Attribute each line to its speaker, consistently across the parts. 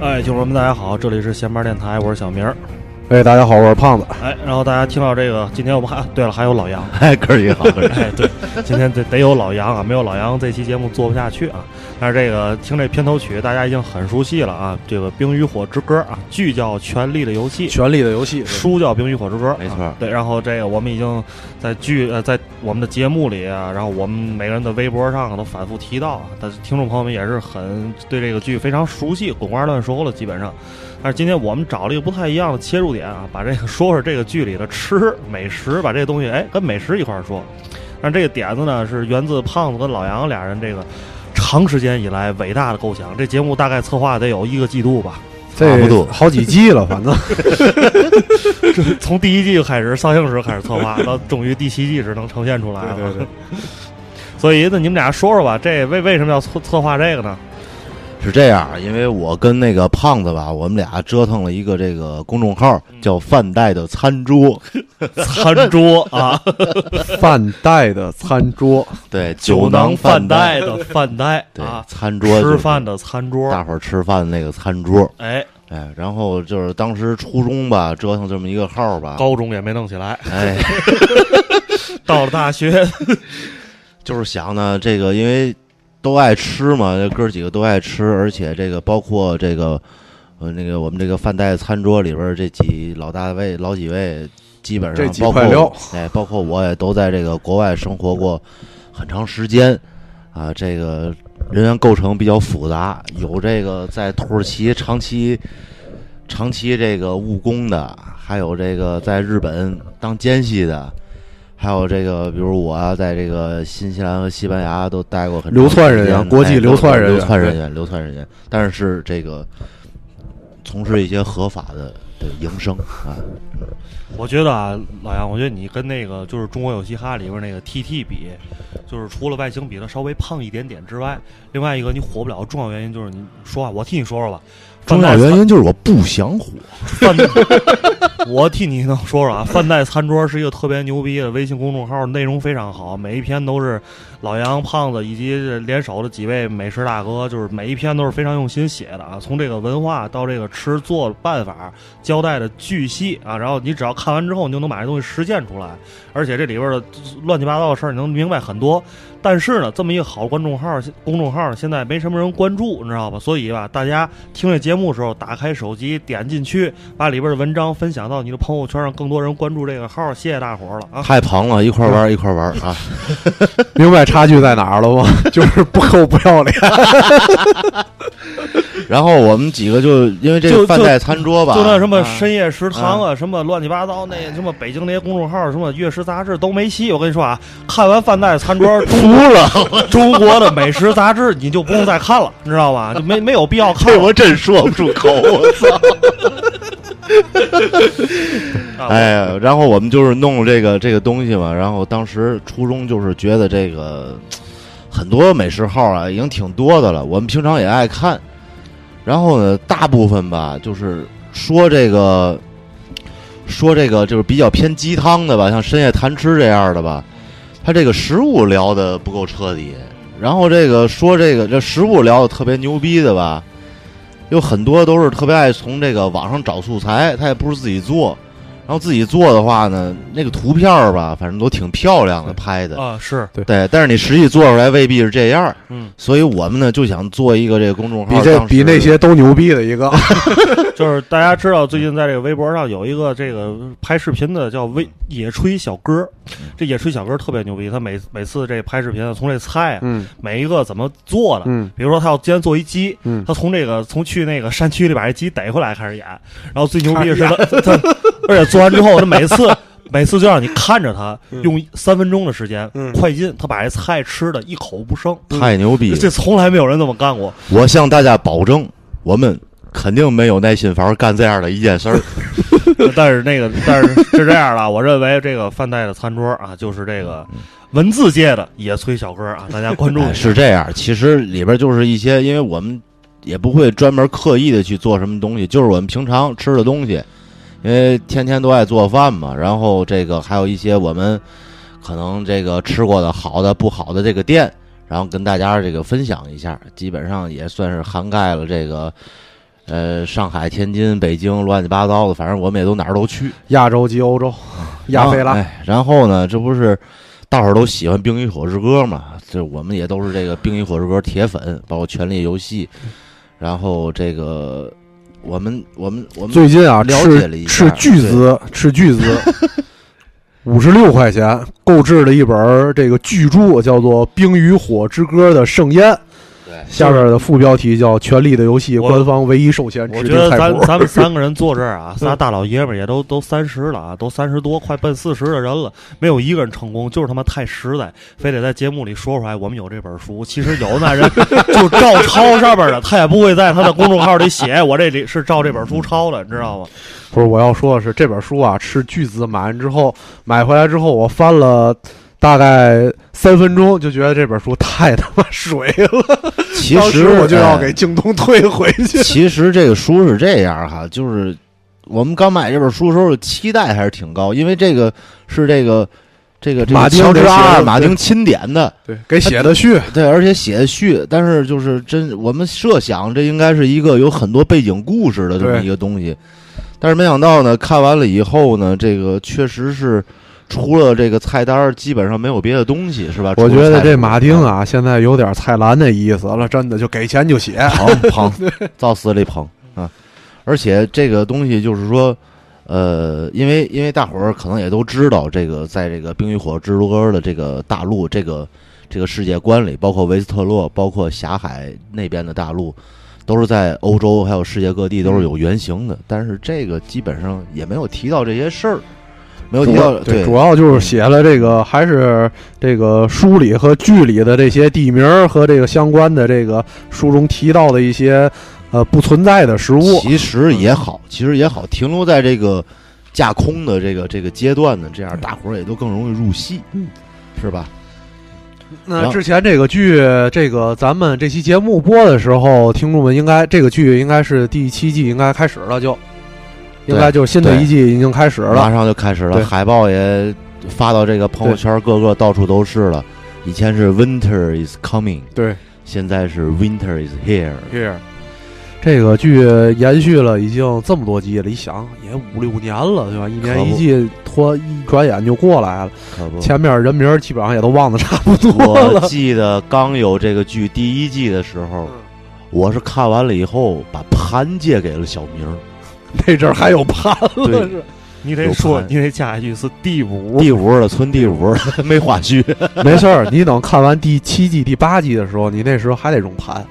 Speaker 1: 哎，听众们，大家好，这里是闲班电台，我是小明儿。
Speaker 2: 哎，大家好，我是胖子。
Speaker 1: 哎，然后大家听到这个，今天我们还 对了，还有老杨。
Speaker 2: 哎，哥儿也好，哥儿
Speaker 1: 哎，对，今天得得有老杨啊，没有老杨这期节目做不下去啊。但是这个听这片头曲，大家已经很熟悉了啊。这个《冰与火之歌》啊，剧叫《权力的游戏》，
Speaker 2: 权力的游戏
Speaker 1: 书叫《冰与火之歌》啊，
Speaker 3: 没错
Speaker 1: 对，然后这个我们已经在剧呃在我们的节目里啊，然后我们每个人的微博上都反复提到啊，但是听众朋友们也是很对这个剧非常熟悉，滚瓜烂熟了基本上。但是今天我们找了一个不太一样的切入点啊，把这个说说这个剧里的吃美食，把这个东西哎跟美食一块儿说。但这个点子呢是源自胖子跟老杨俩人这个长时间以来伟大的构想。这节目大概策划得有一个季度吧，
Speaker 2: 这
Speaker 3: 差不多
Speaker 2: 好几季了， 反正
Speaker 1: 从第一季就开始上映时开始策划，到终于第七季时能呈现出来了。
Speaker 2: 哎对对对
Speaker 1: 所以那你们俩说说吧，这为为什么要策策划这个呢？
Speaker 3: 是这样，因为我跟那个胖子吧，我们俩折腾了一个这个公众号，
Speaker 1: 嗯
Speaker 3: 叫“饭袋的餐 桌
Speaker 1: 餐 桌啊，
Speaker 2: 饭袋的餐桌，”，
Speaker 3: 对，
Speaker 1: 囊
Speaker 3: 囊
Speaker 1: 饭
Speaker 3: 袋，
Speaker 1: 的饭袋
Speaker 3: 对
Speaker 1: 啊，，
Speaker 3: 餐桌就是
Speaker 1: 吃饭的餐桌。
Speaker 3: 大伙儿吃饭的那个餐桌，
Speaker 1: 哎，
Speaker 3: 哎，然后就是当时初中吧，折腾这么一个号吧，
Speaker 1: 高中也没弄起来，
Speaker 3: 哎，
Speaker 1: 到了大学，
Speaker 3: 就是想呢，这个因为都爱吃嘛，这哥几个都爱吃，而且这个包括这个呃那个我们这个饭袋餐桌里边儿这几老大位老几位，基本上
Speaker 2: 这几
Speaker 3: 包括
Speaker 2: 块料
Speaker 3: 哎，包括我也都在这个国外生活过很长时间啊，这个人员构成比较复杂，有这个在土耳其长期长期这个务工的，还有这个在日本当奸细的。还有这个，比如我啊在这个新西兰和西班牙都待过很长
Speaker 2: 流窜人员
Speaker 3: 时间
Speaker 2: 国际
Speaker 3: 哎
Speaker 2: 流窜人员
Speaker 3: 流窜人
Speaker 2: 对
Speaker 3: 员，流窜人员，但是是这个从事一些合法的的营生啊，
Speaker 1: 我觉得啊，老杨，我觉得你跟那个就是《中国有嘻哈》里边那个 TT 比，就是除了外形比他稍微胖一点点之外，另外一个你火不了的重要原因就是你说话，我替你说说吧。
Speaker 3: 重要原因就是我不想火。
Speaker 1: 饭，我替你能说说啊，饭袋餐桌是一个特别牛逼的微信公众号，内容非常好，每一篇都是老杨、胖子以及联手的几位美食大哥，就是每一篇都是非常用心写的啊。从这个文化到这个吃做办法，交代的巨细啊。然后你只要看完之后，你就能把这东西实践出来，而且这里边的乱七八糟的事儿你能明白很多。但是呢，这么一个好观众号、公众号，现在没什么人关注，你知道吧？所以吧，大家听这节目的时候，打开手机，点进去，把里边的文章分享到你的朋友圈，让更多人关注这个号。谢谢大伙儿了啊！
Speaker 3: 太庞了，一块儿玩儿一块儿玩儿啊！
Speaker 2: 明白差距在哪儿了吗？ 就是不抠不要脸。
Speaker 3: 然后我们几个就因为这
Speaker 1: 就
Speaker 3: 个饭菜餐桌吧，
Speaker 1: 就那什么
Speaker 3: 啊
Speaker 1: 深夜食堂啊，什么乱七八糟那什么北京那些公众号，什么月食杂志都没戏。我跟你说啊，看完饭袋餐桌，中了 中国的美食杂志，你就不用再看了，你知道吧？就没没有必 要看
Speaker 3: 这
Speaker 1: 了
Speaker 3: 我真说不出口，我操！
Speaker 1: 啊。
Speaker 3: 哎呀，然后我们就是弄这个这个东西嘛，然后当时初中就是觉得这个很多美食号啊已经挺多的了，我们平常也爱看，然后呢，大部分吧就是说这个说这个就是比较偏鸡汤的吧，像深夜谈吃这样的吧，他这个食物聊的不够彻底，然后这个说这个这食物聊的特别牛逼的吧。有很多都是特别爱从这个网上找素材，他也不是自己做，然后自己做的话呢，那个图片儿吧，反正都挺漂亮的拍
Speaker 2: 哦
Speaker 3: 的，
Speaker 1: 啊，是，
Speaker 3: 对，但是你实际做出来未必是这样儿，
Speaker 1: 嗯，
Speaker 3: 所以我们呢就想做一个这个公众号，
Speaker 2: 比这
Speaker 3: 当时
Speaker 2: 比那些都牛逼的一个，
Speaker 1: 就是大家知道，最近在这个微博上有一个这个拍视频的叫微野炊小哥，这野炊小哥特别牛逼，他每每次这拍视频啊，从这菜啊，
Speaker 2: 嗯
Speaker 1: 每一个怎么做的，
Speaker 2: 嗯，
Speaker 1: 比如说他要今天做一鸡，
Speaker 2: 嗯
Speaker 1: 他从这个从去那个山区里把这鸡逮回来开始演，然后最牛逼的是他他，而且做完之后，他每次 每次就让你看着他用三分钟的时间
Speaker 2: 嗯
Speaker 1: 快进，他把这菜吃的一口不剩，
Speaker 3: 太牛逼了
Speaker 2: 嗯
Speaker 1: 这，从来没有人这么干过。
Speaker 3: 我向大家保证，我们肯定没有耐心法儿干这样的一件事儿，
Speaker 1: 但是那个，但是是这样的啊，我认为这个饭袋的餐桌啊，就是这个文字界的野炊小哥啊，大家关注一
Speaker 3: 哎
Speaker 1: 下
Speaker 3: 是这样。其实里边就是一些，因为我们也不会专门刻意的去做什么东西，就是我们平常吃的东西，因为天天都爱做饭嘛。然后这个还有一些我们可能这个吃过的好的、不好的这个店，然后跟大家这个分享一下，基本上也算是涵盖了这个。呃，上海、天津、北京，乱七八糟的，反正我们也都哪儿都去。
Speaker 2: 亚洲及欧洲，亚非
Speaker 3: 然
Speaker 2: 拉，
Speaker 3: 后哎然后呢，这不是大伙儿都喜欢《冰与火之歌》嘛？这我们也都是这个《冰与火之歌》铁粉，包括《权力游戏》，然后这个我们我们我们
Speaker 2: 最近啊，
Speaker 3: 了解了一
Speaker 2: 斥
Speaker 3: 下
Speaker 2: 斥巨资，斥巨资，五十六块钱购置了一本儿这个巨著，叫做《冰与火之歌》的盛宴。
Speaker 3: 对
Speaker 2: 下边的副标题叫《权力的游戏》，
Speaker 1: 我
Speaker 2: 官方唯一授权
Speaker 1: 我
Speaker 2: 指
Speaker 1: 觉得
Speaker 2: 定菜
Speaker 1: 咱
Speaker 2: 谱。
Speaker 1: 咱们三个人坐这儿啊，仨大老爷们儿也都都三十了啊，都三十多，快奔四十的人了，没有一个人成功，就是他妈太实在，非得在节目里说出来我们有这本书。其实有那人就照抄上面的，他也不会在他的公众号里写我这里是照这本书抄的，你知道吗？
Speaker 2: 不是，我要说的是这本书啊，斥巨资买完之后，买回来之后，我翻了大概三分钟，就觉得这本书太他妈水了，
Speaker 3: 其
Speaker 2: 当时
Speaker 3: 实
Speaker 2: 我就要
Speaker 3: 哎
Speaker 2: 给京东退回去。
Speaker 3: 其实这个书是这样哈，就是我们刚买这本书的时候期待还是挺高，因为这个是这个这个这
Speaker 2: 马
Speaker 3: 个
Speaker 2: 丁
Speaker 3: 乔
Speaker 2: 给
Speaker 3: 治
Speaker 2: 写的
Speaker 3: 阿尔
Speaker 2: 对
Speaker 3: 马丁钦点的，
Speaker 2: 对， 给写的序，
Speaker 3: 对，而且写的序，但是就是真我们设想这应该是一个有很多背景故事的这么
Speaker 2: 对
Speaker 3: 一个东西，但是没想到呢，看完了以后呢，这个确实是。除了这个菜单儿，基本上没有别的东西，是吧？
Speaker 2: 我觉
Speaker 3: 除了
Speaker 2: 得
Speaker 3: 菜谱
Speaker 2: 这马丁，啊，现在有点蔡澜的意思了，真的就给钱就写。
Speaker 3: 捧捧，造死里捧啊！而且这个东西就是说，呃，因为因为大伙儿可能也都知道，这个在这个《冰与火之歌》的这个大陆这个这个世界观里，包括维斯特洛，包括狭海那边的大陆，都是在欧洲还有世界各地都是有原型的。但是这个基本上也没有提到这些事儿，没有提到
Speaker 2: 对，主要就是写了这个，还是这个书里和剧里的这些地名儿和这个相关的这个书中提到的一些呃不存在的食物。
Speaker 3: 其实也
Speaker 2: 嗯
Speaker 3: 好，其实也好，停留在这个架空的这个这个阶段呢，这样大伙儿也都更容易入戏，
Speaker 2: 嗯，
Speaker 3: 是吧？然
Speaker 2: 那
Speaker 3: 后
Speaker 2: 之前这个剧，这个咱们这期节目播的时候，听众们应该这个剧应该是第七季应该开始了就，应该就是新的
Speaker 3: 对
Speaker 2: 一季已经开始了
Speaker 3: 马。上就开始了，
Speaker 2: 对
Speaker 3: 海报也发到这个朋友圈，各个到处都是了。以前是 Winter is coming，
Speaker 2: 对，
Speaker 3: 现在是 Winter is here。
Speaker 2: 这个剧延续了已经这么多集了，一想也五六年了，对吧？一
Speaker 3: 可
Speaker 2: 年
Speaker 3: 不
Speaker 2: 一季，拖一转眼就过来了。
Speaker 3: 可不，
Speaker 2: 前面人名儿基本上也都忘得差不多
Speaker 3: 我
Speaker 2: 了。
Speaker 3: 记得刚有这个剧第一季的时候，
Speaker 2: 嗯
Speaker 3: 我是看完了以后把盘借给了小明儿，
Speaker 2: 那阵儿还有盘了，
Speaker 3: 对
Speaker 2: 是
Speaker 1: 你得
Speaker 3: 有
Speaker 1: 说，
Speaker 3: 盘
Speaker 1: 你得加一句是第五，
Speaker 3: 第五了，村第五了， 没花絮。
Speaker 2: 没事儿。你等看完第七季、第八季的时候，你那时候还得用盘，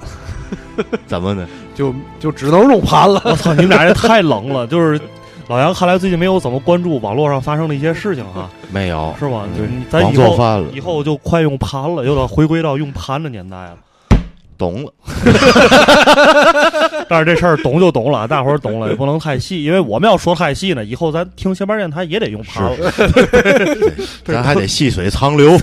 Speaker 3: 怎么呢？
Speaker 2: 就就只能用盘了。
Speaker 1: 我操，你们俩也太冷了，就是。老杨看来最近没有怎么关注网络上发生的一些事情啊，
Speaker 3: 没有，
Speaker 1: 是吗？
Speaker 3: 对
Speaker 1: 你咱
Speaker 3: 光
Speaker 1: 以
Speaker 3: 做
Speaker 1: 后
Speaker 3: 饭了，
Speaker 1: 以后就快用盘了，又得回归到用盘的年代了。
Speaker 3: 懂了。
Speaker 1: 但是这事儿懂就懂了，大伙儿懂了也不能太细，因为我们要说太细呢，以后咱听闲班电台也得用盘了。
Speaker 3: 咱还得细水长流，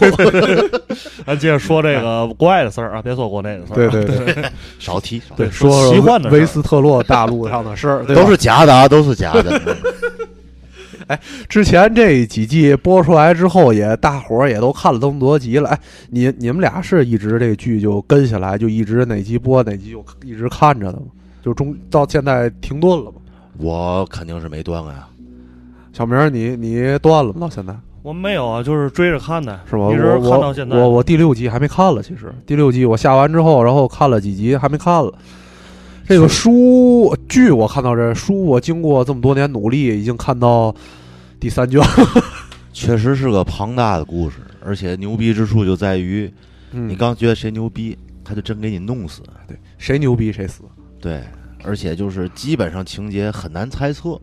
Speaker 1: 咱接着说这个国外的事儿啊，别说国内的事儿、啊。
Speaker 2: 对对对
Speaker 3: 少提少提，
Speaker 1: 对
Speaker 2: 啊说
Speaker 1: 习惯的事儿
Speaker 2: 维斯特洛大陆上的事 儿，对吧
Speaker 3: 都是假的啊，都是假的。
Speaker 2: 之前这几季播出来之后，也大伙儿也都看了这么多集了。哎，你你们俩是一直这剧就跟下来，就一直哪集播哪集就一直看着的吗？就中到现在停顿了吗？
Speaker 3: 我肯定是没断过啊呀。
Speaker 2: 小明儿，你你断了吗？到现在
Speaker 1: 我没有啊，就是追着看的，
Speaker 2: 是吗？
Speaker 1: 一直
Speaker 2: 我
Speaker 1: 看到现在。
Speaker 2: 我我我第六集还没看了，其实第六集我下完之后，然后看了几集还没看了。这个书剧我看到这书，我经过这么多年努力，已经看到第三卷。
Speaker 3: 确实是个庞大的故事，而且牛逼之处就在于，
Speaker 2: 嗯
Speaker 3: 你刚觉得谁牛逼，他就真给你弄死。
Speaker 2: 对谁牛逼谁死。
Speaker 3: 对，而且就是基本上情节很难猜测。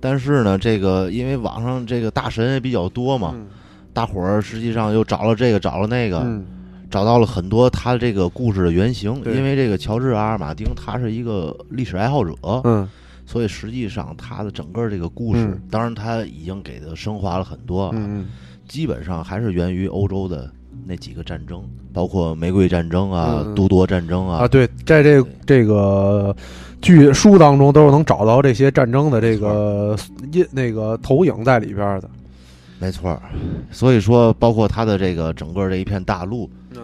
Speaker 3: 但是呢，这个因为网上这个大神也比较多嘛，
Speaker 2: 嗯
Speaker 3: 大伙儿实际上又找了这个，找了那个，
Speaker 2: 嗯
Speaker 3: 找到了很多他这个故事的原型。
Speaker 2: 对
Speaker 3: 因为这个乔治·阿尔马丁他是一个历史爱好者，
Speaker 2: 嗯。
Speaker 3: 所以实际上他的整个这个故事，
Speaker 2: 嗯
Speaker 3: 当然他已经给它升华了很多啊，
Speaker 2: 嗯，
Speaker 3: 基本上还是源于欧洲的那几个战争，包括玫瑰战争啊、
Speaker 2: 嗯
Speaker 3: 都铎战争
Speaker 2: 啊，
Speaker 3: 啊。
Speaker 2: 对，在这这个剧书当中都是能找到这些战争的这个印那个投影在里边的。
Speaker 3: 没错儿，所以说包括他的这个整个这一片大陆，
Speaker 2: 嗯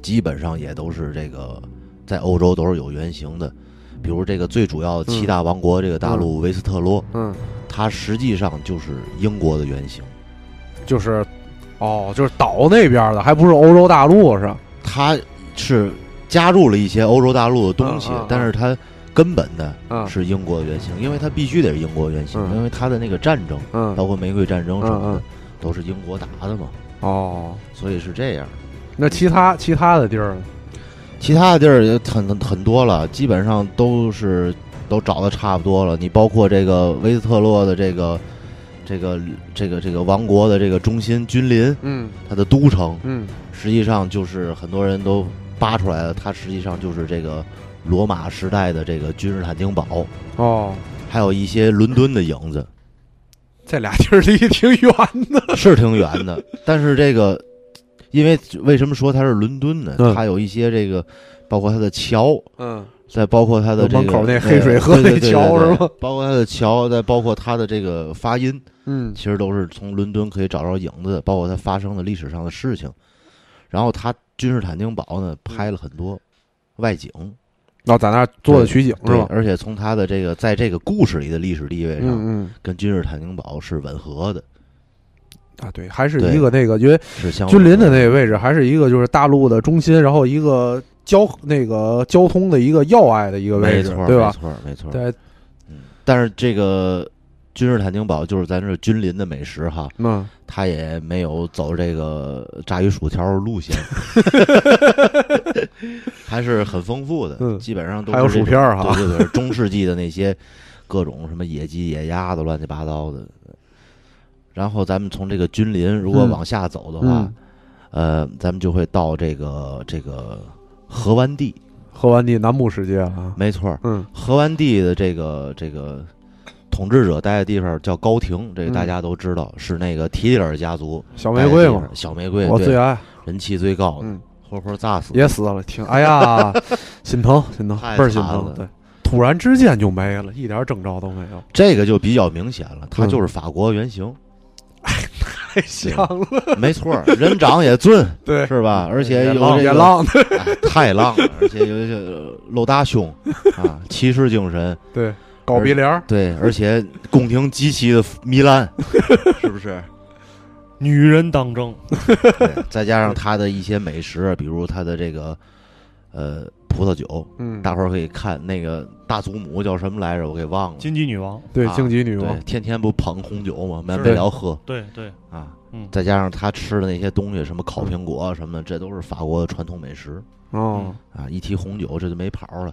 Speaker 3: 基本上也都是这个在欧洲都是有原型的。比如这个最主要的七大王国这个大陆维斯特洛，
Speaker 2: 嗯，
Speaker 3: 它实际上就是英国的原型。
Speaker 2: 就是，哦，就是岛那边的，还不是欧洲大陆是吧？
Speaker 3: 它是加入了一些欧洲大陆的东西
Speaker 2: 嗯嗯嗯，
Speaker 3: 但是它根本的
Speaker 2: 嗯
Speaker 3: 是英国的原型，因为它必须得是英国原型，
Speaker 2: 嗯
Speaker 3: 因为它的那个战争，
Speaker 2: 嗯，
Speaker 3: 包括玫瑰战争什么
Speaker 2: 嗯嗯
Speaker 3: 的，都是英国打的嘛，
Speaker 2: 哦，
Speaker 3: 所以是这样。
Speaker 2: 那其他其他的地儿呢？
Speaker 3: 其他的地儿也很很很多了，基本上都是都找的差不多了。你包括这个维斯特洛的这个这个这个这个王国的这个中心君临，
Speaker 2: 嗯
Speaker 3: 它的都城，
Speaker 2: 嗯，
Speaker 3: 实际上就是很多人都扒出来了，它实际上就是这个罗马时代的这个君士坦丁堡，
Speaker 2: 哦，
Speaker 3: 还有一些伦敦的影 子，
Speaker 2: 这俩地儿离挺远的。
Speaker 3: 是挺远的。但是这个，因为为什么说它是伦敦呢？
Speaker 2: 嗯
Speaker 3: 它有一些这个，包括它的桥，
Speaker 2: 嗯
Speaker 3: 再包括它的这个
Speaker 2: 门口那黑水河
Speaker 3: 呃对
Speaker 2: 那
Speaker 3: 对对
Speaker 2: 桥
Speaker 3: 对
Speaker 2: 是吗
Speaker 3: 包括它的桥，再包括它的这个发音，
Speaker 2: 嗯
Speaker 3: 其实都是从伦敦可以找着影子，包括它发生的历史上的事情。然后它君士坦丁堡呢拍了很多外景，
Speaker 2: 然后哦在那儿做的取景是
Speaker 3: 对
Speaker 2: 吧？
Speaker 3: 而且从它的这个在这个故事里的历史地位上，
Speaker 2: 嗯嗯
Speaker 3: 跟君士坦丁堡是吻合的，
Speaker 2: 啊，对，还是
Speaker 3: 对
Speaker 2: 一个那个，因为
Speaker 3: 是相
Speaker 2: 君临的
Speaker 3: 那
Speaker 2: 那个位置还是一个就是大陆的中心，然后一个交那个交通的一个要隘的一个位
Speaker 3: 没
Speaker 2: 置
Speaker 3: 错，，
Speaker 2: 对
Speaker 3: 没
Speaker 2: 吧？
Speaker 3: 错，没错。
Speaker 2: 对，
Speaker 3: 但是这个君士坦丁堡就是咱这君临的美食哈，
Speaker 2: 嗯，
Speaker 3: 他也没有走这个炸鱼薯条 路线，还是很丰富的，
Speaker 2: 嗯
Speaker 3: 基本上都
Speaker 2: 还有
Speaker 3: 是这
Speaker 2: 薯
Speaker 3: 种
Speaker 2: 片儿哈，
Speaker 3: 对对对，中世纪的那些各种什么野鸡、野鸭的乱七八糟的。然后咱们从这个君临如果
Speaker 2: 嗯
Speaker 3: 往下走的话
Speaker 2: 嗯，，
Speaker 3: 呃，咱们就会到这个这个河湾地，
Speaker 2: 喝完地南部世界了啊，
Speaker 3: 没错儿，
Speaker 2: 嗯
Speaker 3: 河湾地的这个这个统治者待的地方叫高庭，这个大
Speaker 2: 嗯
Speaker 3: 家都知道，是那个提里尔家族
Speaker 2: 小玫瑰嘛
Speaker 3: 嘛，，小玫瑰，
Speaker 2: 我
Speaker 3: 哎对
Speaker 2: 最爱，
Speaker 3: 人气最高的，
Speaker 2: 嗯，
Speaker 3: 活活炸死，
Speaker 2: 也死了，挺哎 呀，心疼心疼，
Speaker 3: 太
Speaker 2: 倍儿心
Speaker 3: 惨
Speaker 2: 疼
Speaker 3: 了。
Speaker 2: 对，突然之间就没了，一点征兆都没有，
Speaker 3: 这个就比较明显了，
Speaker 2: 嗯
Speaker 3: 他就是法国原型，
Speaker 2: 太像了，
Speaker 3: 没错儿，人长 也俊，
Speaker 2: 对，
Speaker 3: 是吧？而且
Speaker 2: 也
Speaker 3: 有这
Speaker 2: 浪
Speaker 3: 个
Speaker 2: 也浪，
Speaker 3: 哎太浪了，而且有一些呃露大胸啊，骑士精神，
Speaker 2: 对，搞鼻梁儿，
Speaker 3: 对，而且宫廷极其的糜烂， 是不是？
Speaker 1: 女人当政，
Speaker 3: 对，再加上他的一些美食，比如他的这个呃葡萄酒，
Speaker 2: 嗯，
Speaker 3: 大伙儿可以看那个大祖母叫什么来着，我给忘了。
Speaker 1: 金鸡女王，
Speaker 2: 对，
Speaker 3: 啊
Speaker 2: 荆棘女
Speaker 3: 对
Speaker 2: 王，，
Speaker 3: 天天不捧红酒吗？免
Speaker 1: 是
Speaker 3: 不了喝
Speaker 1: 对对，
Speaker 3: 啊。
Speaker 1: 嗯，
Speaker 3: 再加上他吃的那些东西，什么烤苹果啊什么的，这都是法国的传统美食
Speaker 2: 哦，
Speaker 3: 啊。一提红酒，这就没跑 了。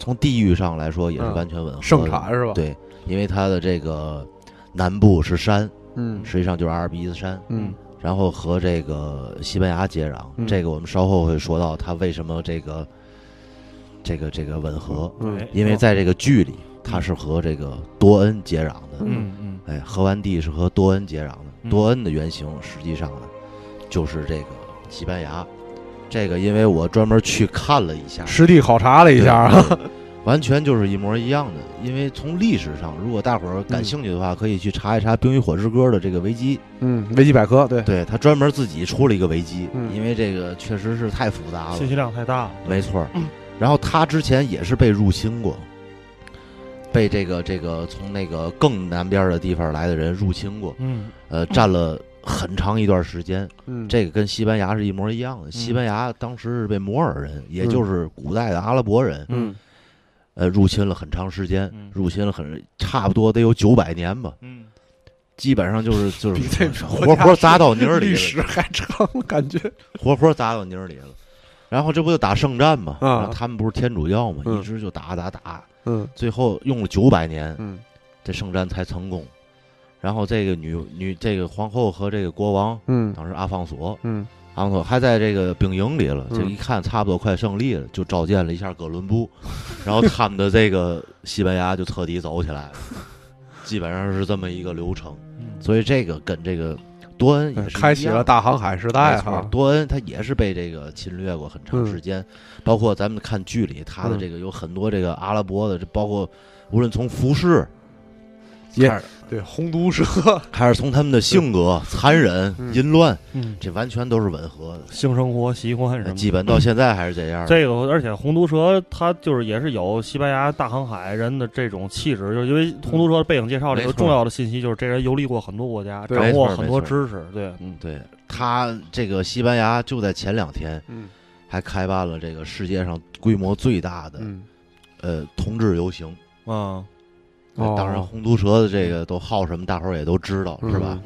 Speaker 3: 从地域上来说，也是
Speaker 2: 嗯
Speaker 3: 完全吻合的。
Speaker 2: 盛产是吧？，
Speaker 3: 对，因为它的这个南部是山，
Speaker 2: 嗯
Speaker 3: 实际上就是阿尔卑斯山，
Speaker 2: 嗯
Speaker 3: 然后和这个西班牙接壤。
Speaker 2: 嗯
Speaker 3: 这个我们稍后会说到它为什么这个这个这个吻合，
Speaker 2: 嗯
Speaker 1: 哎，
Speaker 3: 因为在这个剧里它是和这个多恩接壤的。
Speaker 1: 嗯嗯
Speaker 3: 哎，河湾地是和多恩接壤的。
Speaker 1: 嗯
Speaker 3: 多恩的原型实际上呢，就是这个西班牙。这个因为我专门去看了一下，
Speaker 2: 实地考察了一下 啊，
Speaker 3: 对，对完全就是一模一样的。因为从历史上，如果大伙儿感兴趣的话，可以去查一查《冰与火之歌》的这个维基，
Speaker 2: 嗯，维基百科，对，
Speaker 3: 对他专门自己出了一个维基，
Speaker 2: 嗯
Speaker 3: 因为这个确实是太复杂了
Speaker 1: 信，息量太大了，
Speaker 3: 没错儿。然后他之前也是被入侵过，被这个这个从那个更南边的地方来的人入侵过，
Speaker 1: 嗯，
Speaker 3: 呃，占了很长一段时间。
Speaker 2: 嗯，
Speaker 3: 这个跟西班牙是一模一样的。西班牙当时是被摩尔人，也就是古代的阿拉伯人，
Speaker 2: 嗯
Speaker 3: 呃，入侵了很长时间
Speaker 1: 嗯，
Speaker 3: 入侵了很差不多得有九百年吧，
Speaker 1: 嗯，
Speaker 3: 基本上就是就
Speaker 2: 比这
Speaker 3: 是嗯活活砸到泥儿里
Speaker 2: 历
Speaker 3: 了，
Speaker 2: 史还长，感觉，
Speaker 3: 活活砸到泥儿里了。然后这不就打圣战嘛？
Speaker 2: 啊
Speaker 3: 然后他们不是天主教嘛，
Speaker 2: 嗯
Speaker 3: 一直就打打打，
Speaker 2: 嗯
Speaker 3: 最后用了九百年，
Speaker 2: 嗯
Speaker 3: 这圣战才成功。然后这个女女这个皇后和这个国王，
Speaker 2: 嗯
Speaker 3: 当时阿方索，
Speaker 2: 嗯，
Speaker 3: 阿方索还在这个兵营里了，
Speaker 2: 嗯
Speaker 3: 这一看差不多快胜利了，就召见了一下哥伦 布，然后他们的这个西班牙就彻底走起 来了，基本上是这么一个流程。
Speaker 1: 嗯
Speaker 3: 所以这个跟这个多恩也是一样
Speaker 2: 开启了大航海时代
Speaker 3: 没错
Speaker 2: 哈，嗯
Speaker 3: 多恩他也是被这个侵略过很长时间，包括咱们看剧里他的这个有很多这个阿拉伯的，这包括无论从服饰。
Speaker 2: 也
Speaker 3: 开始
Speaker 2: 对，红毒蛇，
Speaker 3: 还是从他们的性格、残忍、
Speaker 2: 嗯
Speaker 3: 淫乱，
Speaker 1: 嗯，
Speaker 3: 这完全都是吻合的。
Speaker 1: 性生活习惯什么的
Speaker 3: 基
Speaker 2: 嗯
Speaker 3: 本到现在还是这样。
Speaker 1: 这个，而且红毒蛇它就是也是有西班牙大航海人的这种气质，就是因为红毒蛇背景介绍里头
Speaker 3: 嗯没错
Speaker 1: 重要的信息就是这人游历过很多国家，
Speaker 2: 对
Speaker 1: 掌握很
Speaker 3: 没
Speaker 1: 多
Speaker 3: 错
Speaker 1: 知识，对，
Speaker 3: 嗯，对他这个西班牙就在前两天
Speaker 2: 嗯
Speaker 3: 还开办了这个世界上规模最大的、
Speaker 2: 嗯，
Speaker 3: 呃同志游行。
Speaker 1: 啊，
Speaker 2: 哦嗯
Speaker 3: 当然，红毒蛇的这个都好什么，大伙儿也都知道，是吧？？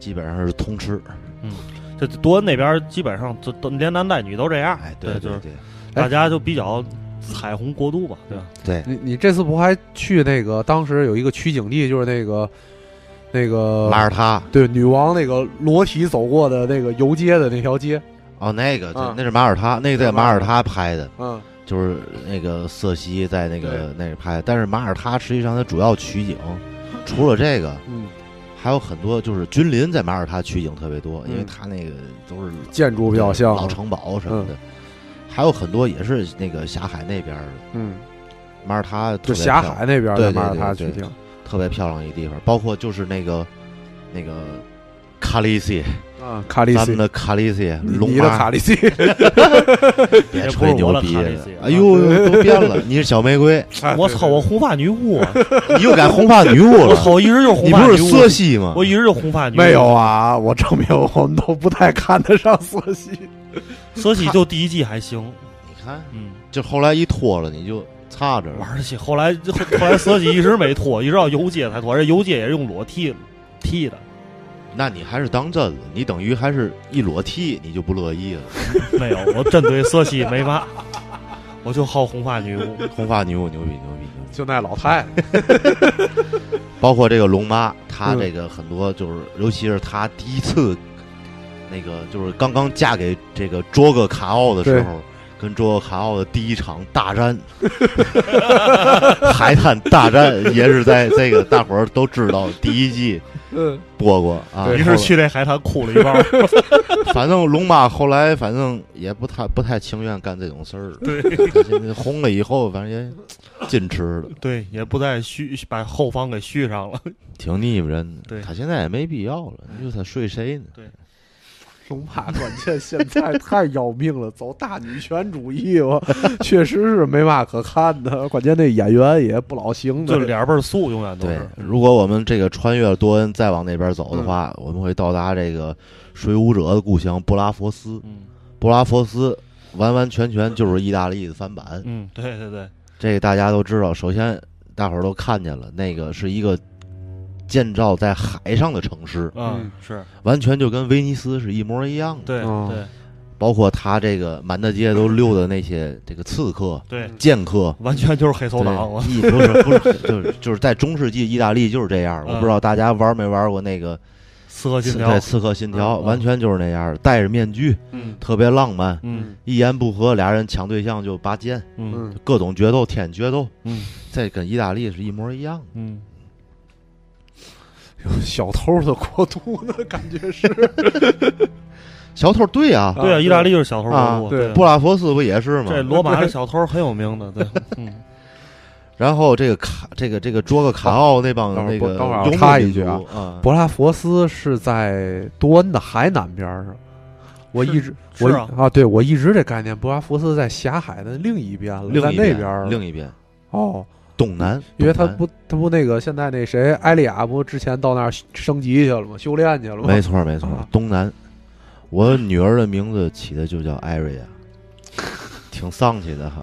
Speaker 3: 基本上是通吃。
Speaker 1: 这多恩那边基本上都都连男带女都这样，
Speaker 3: 哎，
Speaker 1: 对，就
Speaker 3: 对
Speaker 1: 是
Speaker 3: 对
Speaker 1: 大家就比较彩虹国度吧，对吧？
Speaker 3: 对，
Speaker 2: 你你这次不还去那个当时有一个取景地，就是那个那个
Speaker 3: 拉着他
Speaker 2: 对女王那个裸体走过的那个游街的那条街，
Speaker 3: 哦，那个就
Speaker 2: 啊
Speaker 3: 那是马耳他，那个在马耳他拍的，
Speaker 2: 嗯
Speaker 3: 就是那个瑟西在那个那个拍的。但是马耳他实际上它主要取景，除了这个，
Speaker 2: 嗯，
Speaker 3: 还有很多就是君临在马耳他取景特别多，因为
Speaker 2: 嗯
Speaker 3: 它那个都是
Speaker 2: 建筑比较像嗯
Speaker 3: 老，城堡什么的，还有很多也是那个峡海那边儿的
Speaker 2: 嗯，
Speaker 3: 马耳他特
Speaker 2: 就
Speaker 3: 别
Speaker 2: 峡
Speaker 3: 漂
Speaker 2: 海那边
Speaker 3: 对
Speaker 2: 的
Speaker 3: 对
Speaker 2: 马耳他
Speaker 3: 对
Speaker 2: 取
Speaker 3: 对
Speaker 2: 景
Speaker 3: 特别漂亮一个地方，包括就是那个那个卡利西，
Speaker 2: 啊，卡利
Speaker 3: 咱
Speaker 2: 西
Speaker 3: 们，的卡利西
Speaker 2: 你
Speaker 3: 龙
Speaker 2: 你的卡
Speaker 3: 妈，
Speaker 2: 利西，
Speaker 3: 别吹牛逼
Speaker 1: 也不是我的卡利西啊
Speaker 3: 哎呦，都 变了，你是小玫瑰，
Speaker 1: 啊我操，我红发女巫 啊，
Speaker 3: 你又改红发女巫
Speaker 1: 我
Speaker 3: 了，
Speaker 1: 操，一直就是红
Speaker 3: 你
Speaker 1: 发
Speaker 3: 不
Speaker 1: 女
Speaker 3: 是瑟
Speaker 1: 巫，
Speaker 3: 西吗？
Speaker 1: 我一直就是红发女巫，
Speaker 2: 没有啊，我证明我们都不太看得上色系。
Speaker 1: 瑟西就第一季还行，
Speaker 3: 你看，
Speaker 1: 嗯。
Speaker 3: 就后来一脱了，你就差着了。
Speaker 1: 玩儿去。后来后后来瑟西一直没脱，一直到游街才脱，而且游街也是用裸剃剃的，
Speaker 3: 那你还是当真了，你等于还是一裸剃，你就不乐意了。
Speaker 1: 没有，我针对瑟西没嘛，我就好红发女巫。
Speaker 3: 红发女巫牛逼牛逼牛逼！
Speaker 2: 就那老 太太，
Speaker 3: 包括这个龙妈，她
Speaker 2: 嗯
Speaker 3: 这个很多就是，尤其是她第一次，那个就是刚刚嫁给这个卓格卡奥的时候，跟卓格卡奥的第一场大战， 海滩大战也是在这个大伙儿都知道第一季
Speaker 2: 嗯，
Speaker 3: 播过啊。
Speaker 2: 对
Speaker 1: 于
Speaker 3: 后来
Speaker 1: 是去那海滩哭了一包，
Speaker 3: 反正龙妈后来反正也不太不太情愿干这种事儿，
Speaker 1: 对
Speaker 3: 她现在红了以后，反正也矜持了，
Speaker 1: 对，也不再续把后方给续上了。
Speaker 3: 挺腻歪人的。
Speaker 1: 对
Speaker 3: 她现在也没必要了，你说她睡谁呢？
Speaker 2: 龙马关键现在太要命了，走大女权主义，我 确实是没嘛可看的。关键那演员也不老行
Speaker 1: 就
Speaker 2: 的，
Speaker 1: 脸倍儿素，永远都
Speaker 3: 对
Speaker 1: 是，。
Speaker 3: 如果我们这个穿越多恩再往那边走的话，
Speaker 1: 嗯
Speaker 3: 我们会到达这个水舞者的故乡布拉佛斯。
Speaker 1: 嗯
Speaker 3: 布拉佛斯完完全全就是意大利的翻版，
Speaker 1: 嗯，对对对，
Speaker 3: 这个大家都知道。首先，大伙儿都看见了，那个是一个建造在海上的城市，
Speaker 1: 啊
Speaker 2: 嗯
Speaker 1: 是，
Speaker 3: 完全就跟威尼斯是一模一样的。
Speaker 1: 对
Speaker 2: 哦
Speaker 1: 对
Speaker 3: 包括他这个满大街都溜的那些这个刺客、
Speaker 1: 对，
Speaker 3: 剑客。
Speaker 1: 完全就是黑手党
Speaker 3: 对
Speaker 1: 我。
Speaker 3: 一不是不是，就是就是在中世纪意大利就是这样。我不知道大家玩没玩过那个
Speaker 1: 刺客信
Speaker 3: 刺
Speaker 1: 条
Speaker 3: 对，《刺客信条》
Speaker 1: 嗯嗯
Speaker 3: 完全就是那样儿，戴着面具，
Speaker 1: 嗯
Speaker 3: 特别浪漫。
Speaker 1: 嗯
Speaker 3: 一言不合，俩人抢对象就拔剑，
Speaker 1: 嗯
Speaker 2: 嗯，
Speaker 3: 各种决斗，天决斗，
Speaker 1: 嗯
Speaker 3: 这跟意大利是一模一样的。
Speaker 1: 嗯，
Speaker 2: 有小偷的国度呢，感觉是。
Speaker 3: 小偷对啊，
Speaker 1: 对啊，
Speaker 2: 啊
Speaker 1: 意大利就是小偷
Speaker 3: 啊
Speaker 1: 国度，
Speaker 2: 对
Speaker 1: 对啊
Speaker 3: 布拉佛斯不也是吗？
Speaker 1: 这罗马的小偷很有名的，对，嗯。
Speaker 3: 然后这个卡，这个这个卓个卡奥那帮
Speaker 2: 等会儿
Speaker 3: 那个
Speaker 2: 等会儿我
Speaker 3: 游牧
Speaker 2: 插
Speaker 3: 民
Speaker 2: 一句啊
Speaker 3: 族啊，
Speaker 2: 博拉佛斯是在多恩的海南边儿上，我一直
Speaker 1: 是
Speaker 2: 我
Speaker 1: 啊
Speaker 2: 啊，对我一直这概念，博拉佛斯在峡海的另一边了，
Speaker 3: 另
Speaker 2: 在
Speaker 3: 一
Speaker 2: 那
Speaker 3: 边
Speaker 2: 边儿了
Speaker 3: 另一边
Speaker 2: 哦，
Speaker 3: 东南，
Speaker 2: 因为他
Speaker 3: 东南
Speaker 2: 不他不那个现在那谁埃利亚不之前到那儿升级去了吗？修炼去了吗？
Speaker 3: 没错没错
Speaker 2: 啊，
Speaker 3: 东南。我女儿的名字起的就叫艾瑞亚，挺丧气的哈，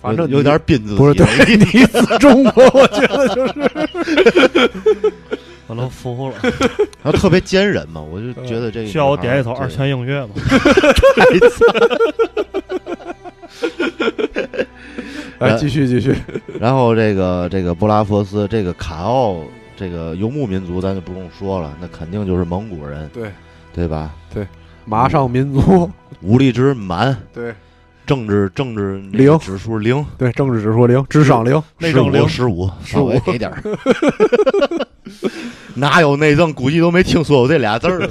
Speaker 2: 反正
Speaker 3: 有有
Speaker 2: 你
Speaker 3: 点斌字
Speaker 2: 不是
Speaker 3: 体了
Speaker 2: 对
Speaker 3: 已
Speaker 2: 你死中国，我觉得 就是
Speaker 1: 我都服了，
Speaker 3: 然后特别坚忍嘛，我就觉得这个
Speaker 1: 嗯需要我点一头
Speaker 3: 女孩
Speaker 1: 二
Speaker 3: 儿
Speaker 1: 泉映月 吗？
Speaker 3: 对太惨
Speaker 2: 来哎继续继续，
Speaker 3: 然后这个这个布拉佛斯这个卡奥这个游牧民族，咱就不用说了，那肯定就是蒙古人，
Speaker 2: 对
Speaker 3: 对吧？
Speaker 2: 马上民族，
Speaker 3: 武力值满，
Speaker 2: 对
Speaker 3: 政治政治那个
Speaker 2: 零
Speaker 3: 指数零，
Speaker 2: 对，政治指数零，智商零，
Speaker 1: 内政零
Speaker 3: 十五
Speaker 2: 15
Speaker 3: 稍微给点儿。 哪有内政？估计都没听说过这俩字儿。啊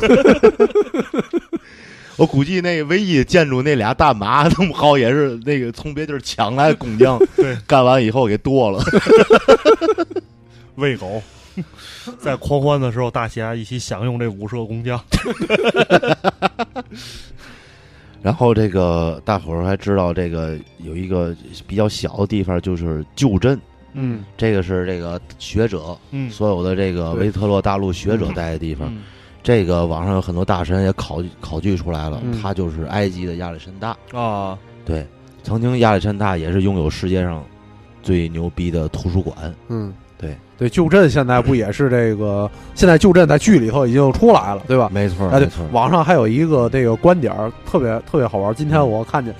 Speaker 3: 我估计那个唯一建筑那俩大麻那么好，也是那个从别地儿抢来的工匠
Speaker 1: 对，
Speaker 3: 干完以后给剁了。
Speaker 1: 喂狗， 在狂欢的时候，大侠一起享用这五社工匠。
Speaker 3: 然后这个大伙儿还知道，这个有一个比较小的地方，就是旧镇，
Speaker 2: 嗯，
Speaker 3: 这个是这个学者，
Speaker 1: 嗯，
Speaker 3: 所有的这个
Speaker 2: 对
Speaker 3: 维特洛大陆学者待的地方。
Speaker 1: 嗯
Speaker 3: 这个网上有很多大神也考考据出来了，
Speaker 2: 嗯
Speaker 3: 他就是埃及的亚历山大。
Speaker 1: 啊，
Speaker 3: 对，曾经亚历山大也是拥有世界上最牛逼的图书馆。
Speaker 2: 嗯，
Speaker 3: 对
Speaker 2: 对，旧镇现在不也是这个？现在旧镇在剧里头已经出来了，对吧？
Speaker 3: 没错，
Speaker 2: 啊，对
Speaker 3: 嗯没错，，
Speaker 2: 网上还有一个那个观点儿特别特别好玩儿。今天我看见，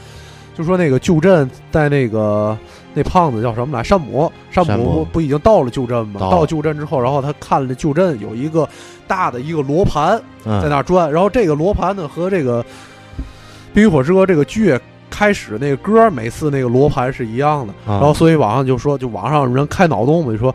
Speaker 2: 就说那个旧镇在那个那胖子叫什么来？山姆，山
Speaker 3: 山
Speaker 2: 姆
Speaker 3: 姆
Speaker 2: 不不已经到了旧镇吗？
Speaker 3: 到了
Speaker 2: 到旧镇之后，然后他看了旧镇有一个大的一个罗盘，在
Speaker 3: 嗯，
Speaker 2: 那儿转。然后这个罗盘呢和这个《冰与火之歌》这个剧开始那个歌，每次那个罗盘是一样的。
Speaker 3: 然
Speaker 2: 然后所以网上就说，就网上人开脑洞嘛，就说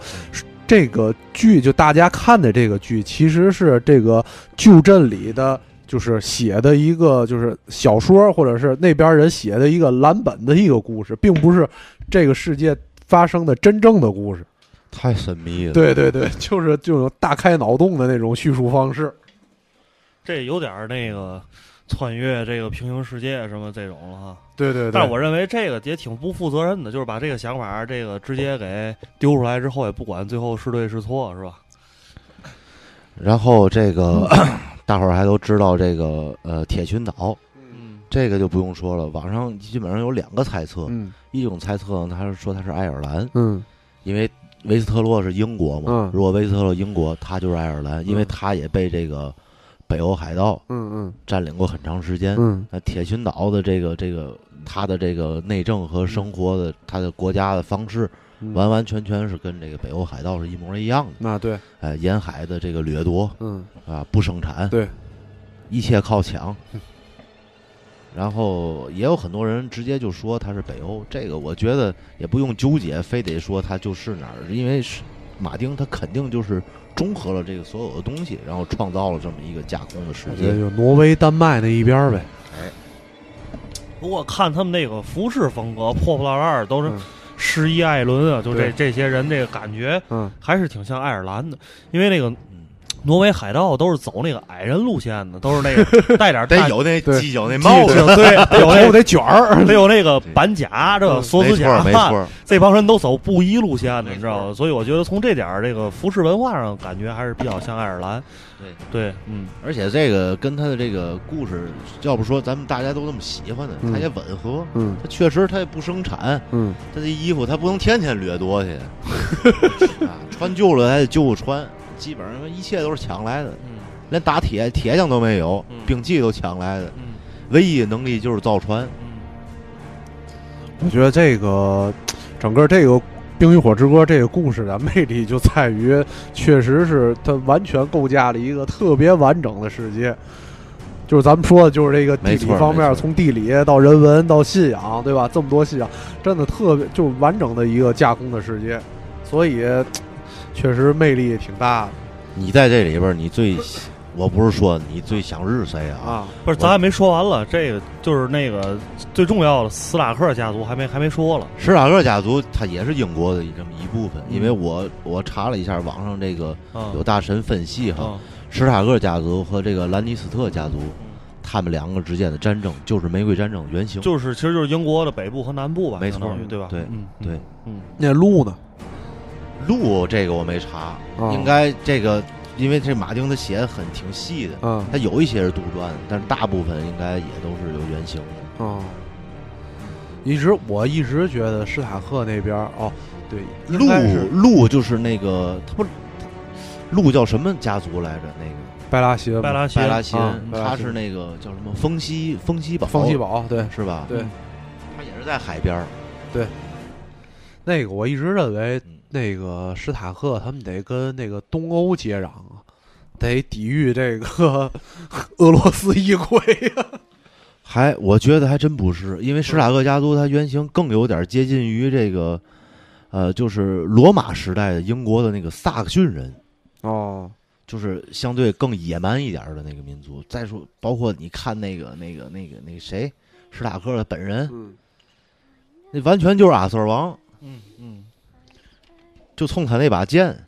Speaker 2: 这个剧就大家看的这个剧其实是这个旧镇里的。就是写的一个就是小说，或者是那边人写的一个蓝本的一个故事，并不是这个世界发生的真正的故事。
Speaker 3: 太神秘了。
Speaker 2: 对对对，就是这种大开脑洞的那种叙述方式。
Speaker 1: 这有点儿那个穿越这个平行世界什么这种了哈。
Speaker 2: 对对对，
Speaker 1: 但我认为这个也挺不负责任的，就是把这个想法儿这个直接给丢出来之后，也不管最后是对是错，是吧？
Speaker 3: 然后这个 大伙儿还都知道这个呃铁群岛，
Speaker 1: 嗯
Speaker 3: 这个就不用说了。网上基本上有两个猜测，
Speaker 2: 嗯
Speaker 3: 一种猜测呢，他是说他是爱尔兰，
Speaker 2: 嗯，
Speaker 3: 因为维斯特洛是英国嘛。
Speaker 2: 嗯
Speaker 3: 如果维斯特洛英国，他就是爱尔兰，因为
Speaker 2: 嗯
Speaker 3: 他也被这个北欧海盗
Speaker 2: 嗯
Speaker 3: 占领过很长时间。
Speaker 2: 嗯
Speaker 3: 那铁群岛的这个这个他的这个内政和生活的他的国家的方式，
Speaker 2: 嗯，
Speaker 3: 完完全全是跟这个北欧海盗是一模一样的。
Speaker 2: 那对，
Speaker 3: 哎，沿海的这个掠夺
Speaker 2: 嗯
Speaker 3: 啊，不生产，
Speaker 2: 对，
Speaker 3: 一切靠抢。然后也有很多人直接就说他是北欧，这个我觉得也不用纠结，非得说他就是哪儿，因为是马丁他肯定就是综合了这个所有的东西，然后创造了这么一个架空的世
Speaker 2: 我觉
Speaker 3: 界
Speaker 2: 得。就挪威、丹麦那一边儿呗。
Speaker 1: 不过看他们那个服饰风格，破破烂烂儿都是
Speaker 2: 嗯
Speaker 1: 十一艾伦啊，就这
Speaker 2: 对
Speaker 1: 这些人这个感觉
Speaker 2: 嗯
Speaker 1: 还是挺像爱尔兰的，因为那个
Speaker 3: 嗯
Speaker 1: 挪威海盗都是走那个矮人路线的，都是那 个带点儿大
Speaker 3: 有那
Speaker 2: 对
Speaker 3: 犄角那
Speaker 2: 帽子
Speaker 1: 对， 有那
Speaker 2: 头发哎得卷儿。
Speaker 1: 得有那个板甲，这
Speaker 2: 嗯
Speaker 1: 锁
Speaker 3: 没
Speaker 1: 子
Speaker 3: 错
Speaker 1: 甲，
Speaker 3: 没错，
Speaker 1: 这帮人都走布衣路线的，
Speaker 3: 没
Speaker 1: 你知道吗？所以我觉得从这点儿这个服饰文化上，感觉还是比较像爱尔兰。
Speaker 3: 对
Speaker 1: 对，嗯，
Speaker 3: 而且这个跟他的这个故事，要不说咱们大家都那么喜欢呢，
Speaker 2: 嗯
Speaker 3: 他也吻合。
Speaker 2: 嗯
Speaker 3: 他确实他也不生产，
Speaker 2: 嗯，
Speaker 3: 他这衣服他不能天天掠夺 去，啊，穿旧了还得旧穿，基本上一切都是抢来的，
Speaker 1: 嗯
Speaker 3: 连打铁铁匠都没有
Speaker 1: 嗯，
Speaker 3: 兵器都抢来的，
Speaker 1: 嗯
Speaker 3: 唯一的能力就是造船。
Speaker 1: 嗯
Speaker 2: 我觉得这个整个这个《冰与火之歌》这个故事的魅力就在于，确实是它完全构架了一个特别完整的世界。就是咱们说的，就是这个地
Speaker 3: 没
Speaker 2: 理
Speaker 3: 错
Speaker 2: 方面
Speaker 3: 没，错
Speaker 2: 从地理到人文到信仰，对吧？这么多信仰，真的特别就完整的一个架空的世界，所以确实魅力也挺大
Speaker 3: 你在这里边儿，你最， 我不是说你最想日谁
Speaker 2: 的
Speaker 3: 啊，
Speaker 2: 啊。
Speaker 1: 不是，
Speaker 3: 我
Speaker 1: 咱还没说完了，这个就是那个最重要的斯拉克家族还没还没说了。
Speaker 3: 史塔克家族他也是英国的这么一部分，因为我我查了一下网上这个
Speaker 1: 啊
Speaker 3: 有大神分析哈，
Speaker 1: 啊，
Speaker 3: 史塔克家族和这个兰尼斯特家族
Speaker 1: 嗯，
Speaker 3: 他们两个之间的战争就是玫瑰战争原型。
Speaker 1: 就是其实就是英国的北部和南部吧，
Speaker 3: 没错
Speaker 1: 相当于对吧？
Speaker 3: 对
Speaker 1: 嗯
Speaker 3: 对，
Speaker 1: 嗯
Speaker 2: 那路呢？
Speaker 3: 路这个我没查，
Speaker 2: 啊
Speaker 3: 应该这个因为这马丁他写的很挺细的，
Speaker 2: 嗯
Speaker 3: 他有一些是杜撰，但是大部分应该也都是有原型的。
Speaker 2: 嗯，一直我一直觉得史塔克那边儿哦，对，应该是
Speaker 3: 路路就是那个他不是路叫什么家族来着？那个
Speaker 2: 拜拉希恩
Speaker 1: 嗯，拜
Speaker 2: 嘛，
Speaker 1: 拉西
Speaker 3: 拜拉辛
Speaker 2: 啊，拜拉
Speaker 3: 他
Speaker 2: 辛
Speaker 3: 是那个叫什么风西风西堡，哎
Speaker 2: 风西堡，对
Speaker 3: 是吧？
Speaker 2: 对，
Speaker 3: 他也是在海边儿。
Speaker 2: 那个我一直认为
Speaker 3: 嗯
Speaker 2: 那个史塔克他们得跟那个东欧接壤啊，得抵御这个 俄罗斯议会啊呀。
Speaker 3: 还我觉得还真不是，因为史塔克家族它原型更有点接近于这个，呃，就是罗马时代的英国的那个萨克逊人，
Speaker 2: 哦，
Speaker 3: 就是相对更野蛮一点儿的那个民族。再说，包括你看那个那个那个那个谁，史塔克的本人，
Speaker 2: 嗯
Speaker 3: 那完全就是阿瑟王，
Speaker 1: 嗯嗯，
Speaker 3: 就冲他那把剑，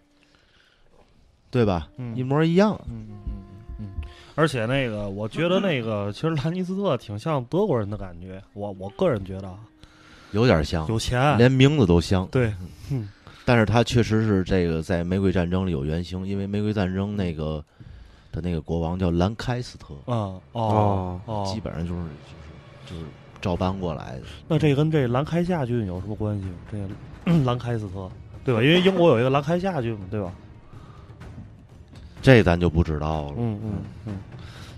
Speaker 3: 对吧？
Speaker 1: 嗯
Speaker 3: 一模一样。
Speaker 1: 嗯嗯嗯嗯，而且那个，我觉得那 个，其实兰尼斯特挺像德国人的感觉，我我个人觉得啊
Speaker 3: 有点像，
Speaker 1: 有钱，
Speaker 3: 连名字都像。
Speaker 1: 对，
Speaker 3: 但是他确实是这个在《玫瑰战争》里有原型，因为《玫瑰战争》那个的那个国王叫兰开斯特，
Speaker 1: 嗯哦
Speaker 2: 哦，
Speaker 1: 哦，
Speaker 3: 基本上就是就是就是照搬过来的。
Speaker 1: 那这跟这兰开夏郡有什么关系？这 个兰开斯特，对吧？因为英国有一个兰开夏郡嘛，对吧？
Speaker 3: 这咱就不知道了。
Speaker 1: 嗯嗯嗯。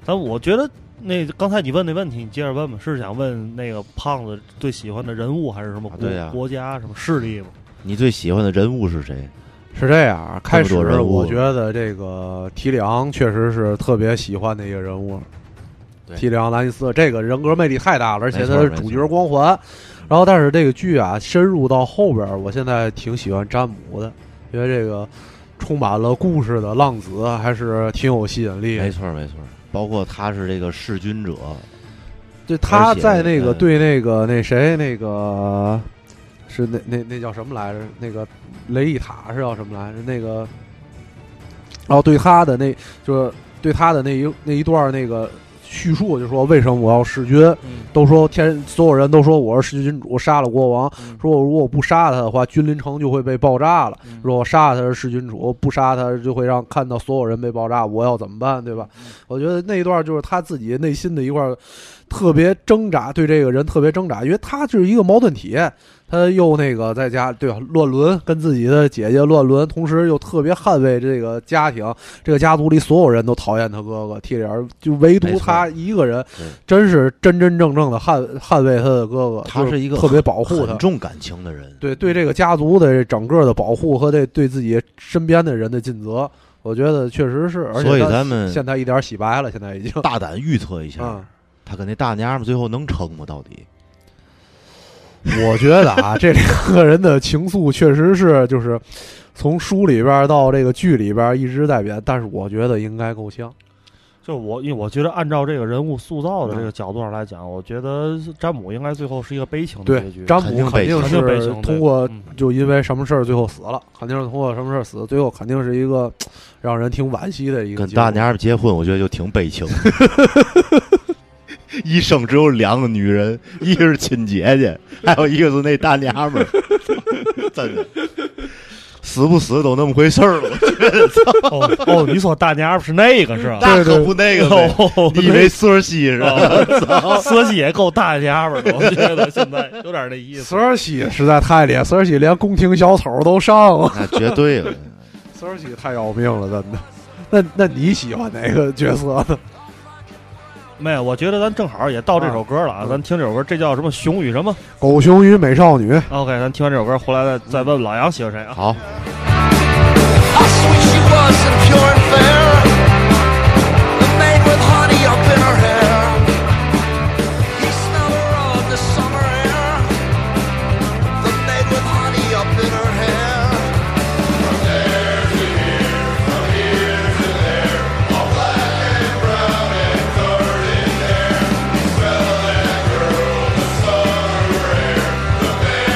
Speaker 1: 但我觉得那刚才你问那问题，你接着问吧，是想问那个胖子最喜欢的人物还是什么
Speaker 3: 啊
Speaker 1: 国、
Speaker 3: 对呀
Speaker 1: 国家什么势力吗？
Speaker 3: 你最喜欢的人物是谁？
Speaker 2: 是这样啊，
Speaker 3: 这
Speaker 2: 开
Speaker 3: 么
Speaker 2: 始
Speaker 3: 多人物
Speaker 2: 我觉得这个提里昂确实是特别喜欢的一个人物
Speaker 3: 对。
Speaker 2: 提里昂·兰尼斯特这个人格魅力太大了，而且
Speaker 3: 没错
Speaker 2: 他是
Speaker 3: 没错
Speaker 2: 主角光环。然后，但是这个剧啊，深入到后边儿，我现在挺喜欢詹姆的，因为这个充满了故事的浪子还是挺有吸引力的
Speaker 3: 没。错没错，包括他是这个弑君者，
Speaker 2: 就他
Speaker 3: 而且
Speaker 2: 在那个
Speaker 3: 嗯
Speaker 2: 对那个那谁那个是那那那叫什么来着？那个雷伊塔是叫什么来着？那个哦，对他的那就是对他的那一那一段那个叙述，就说为什么我要弑君？
Speaker 1: 嗯
Speaker 2: 都说天所有人都说我是弑君主，我杀了国王。
Speaker 1: 嗯
Speaker 2: 说我如果不杀他的话，君临城就会被爆炸了。
Speaker 1: 嗯
Speaker 2: 如果杀了他是弑君主，不杀他就会让看到所有人被爆炸，我要怎么办，对吧？我觉得那一段就是他自己内心的一块儿特别挣扎，对这个人特别挣扎，因为他就是一个矛盾体，他又那个在家对吧乱伦，跟自己的姐姐乱伦，同时又特别捍卫这个家庭，这个家族里所有人都讨厌他哥哥替里尔，就唯独
Speaker 3: 没错
Speaker 2: 他一个人
Speaker 3: 对，
Speaker 2: 真是真真正正的捍捍卫他的哥哥，
Speaker 3: 他
Speaker 2: 就是
Speaker 3: 一个
Speaker 2: 特别保护他
Speaker 3: 很。重感情的人。
Speaker 2: 对对这个家族的整个的保护和对对自己身边的人的尽责，我觉得确实是，而
Speaker 3: 所以
Speaker 2: 且他
Speaker 3: 咱们
Speaker 2: 现在一点儿洗白了，现在已经。
Speaker 3: 大胆预测一下，
Speaker 2: 嗯，
Speaker 3: 他跟那大娘们最后能成吗？到底？
Speaker 2: 我觉得啊，这两个人的情愫确实是，就是从书里边儿到这个剧里边儿一直在变，但是我觉得应该够呛。
Speaker 1: 就我，因为我觉得按照这个人物塑造的这个角度上来讲，我觉得詹姆应该最后是一个悲情的
Speaker 2: 对
Speaker 1: 结局，，
Speaker 2: 詹
Speaker 3: 肯
Speaker 2: 姆
Speaker 3: 定
Speaker 2: 肯
Speaker 3: 被
Speaker 2: 定
Speaker 1: 肯定悲
Speaker 2: 是
Speaker 1: 情的。
Speaker 2: 通过
Speaker 1: 嗯
Speaker 2: 就因为什么事儿最后死了，肯定是通过什么事儿死，最后肯定是一个让人挺惋惜的一个
Speaker 3: 跟
Speaker 2: 结果。
Speaker 3: 大娘们结婚，我觉得就挺悲情。 一生只有两个女人，一个是亲姐姐，还有一个是那大娘们儿，真的死不死都那么回事儿了。
Speaker 1: 哦哦，你说大娘是那个是吧？
Speaker 3: 那可不那个呗，
Speaker 1: 哦
Speaker 3: 你以为瑟儿西是吧？
Speaker 2: 哦
Speaker 1: 瑟西也够大家伙的，我觉得现在有点那意思。
Speaker 2: 瑟尔西实在太厉害，瑟尔西连宫廷小丑都上了，
Speaker 3: 那绝对了。
Speaker 2: 瑟尔西太要命了，真的。那那你喜欢哪个角色呢？
Speaker 1: 没有，我觉得咱正好也到这首歌了啊，
Speaker 2: 嗯
Speaker 1: 咱听这首歌，这叫什么？熊与什么
Speaker 2: 狗熊与美少女。
Speaker 1: ？OK，咱听完这首歌回来再再问问老杨喜欢谁啊？
Speaker 3: 好，
Speaker 4: How sweet she was and pure and fair. The maid with honey up in her hair. He smelled her on the summer air. The maid with honey up in her hair.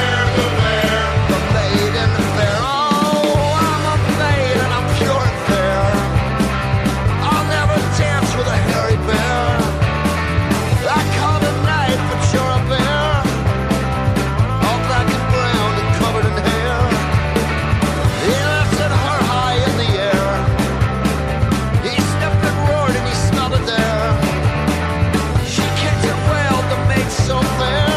Speaker 4: The maid in the fair. Oh, I'm a maid and I'm pure and fair. I'll never dance with a hairy bear. I call it night, but you're a bear. All black and brown and covered in hair. He lifted her high in the air. He sniffed and roared and he smelled it there. She kicked and wailed, the maid so fair.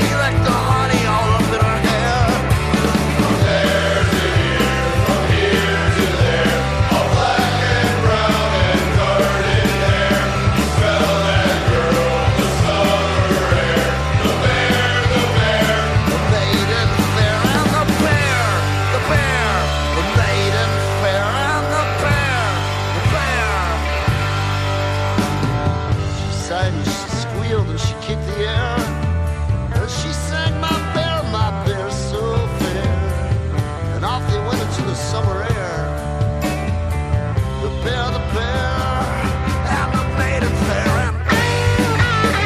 Speaker 4: He licked the honey all up in her hair. The maiden fair and the bear, the bear, the maiden fair and the bear, the bear. She sighed and she squealed and she kicked the air. And she sang my bear, my bear so fair. And off they went into the summer air. The bear, the bear, and the maiden fair and
Speaker 5: Thank you.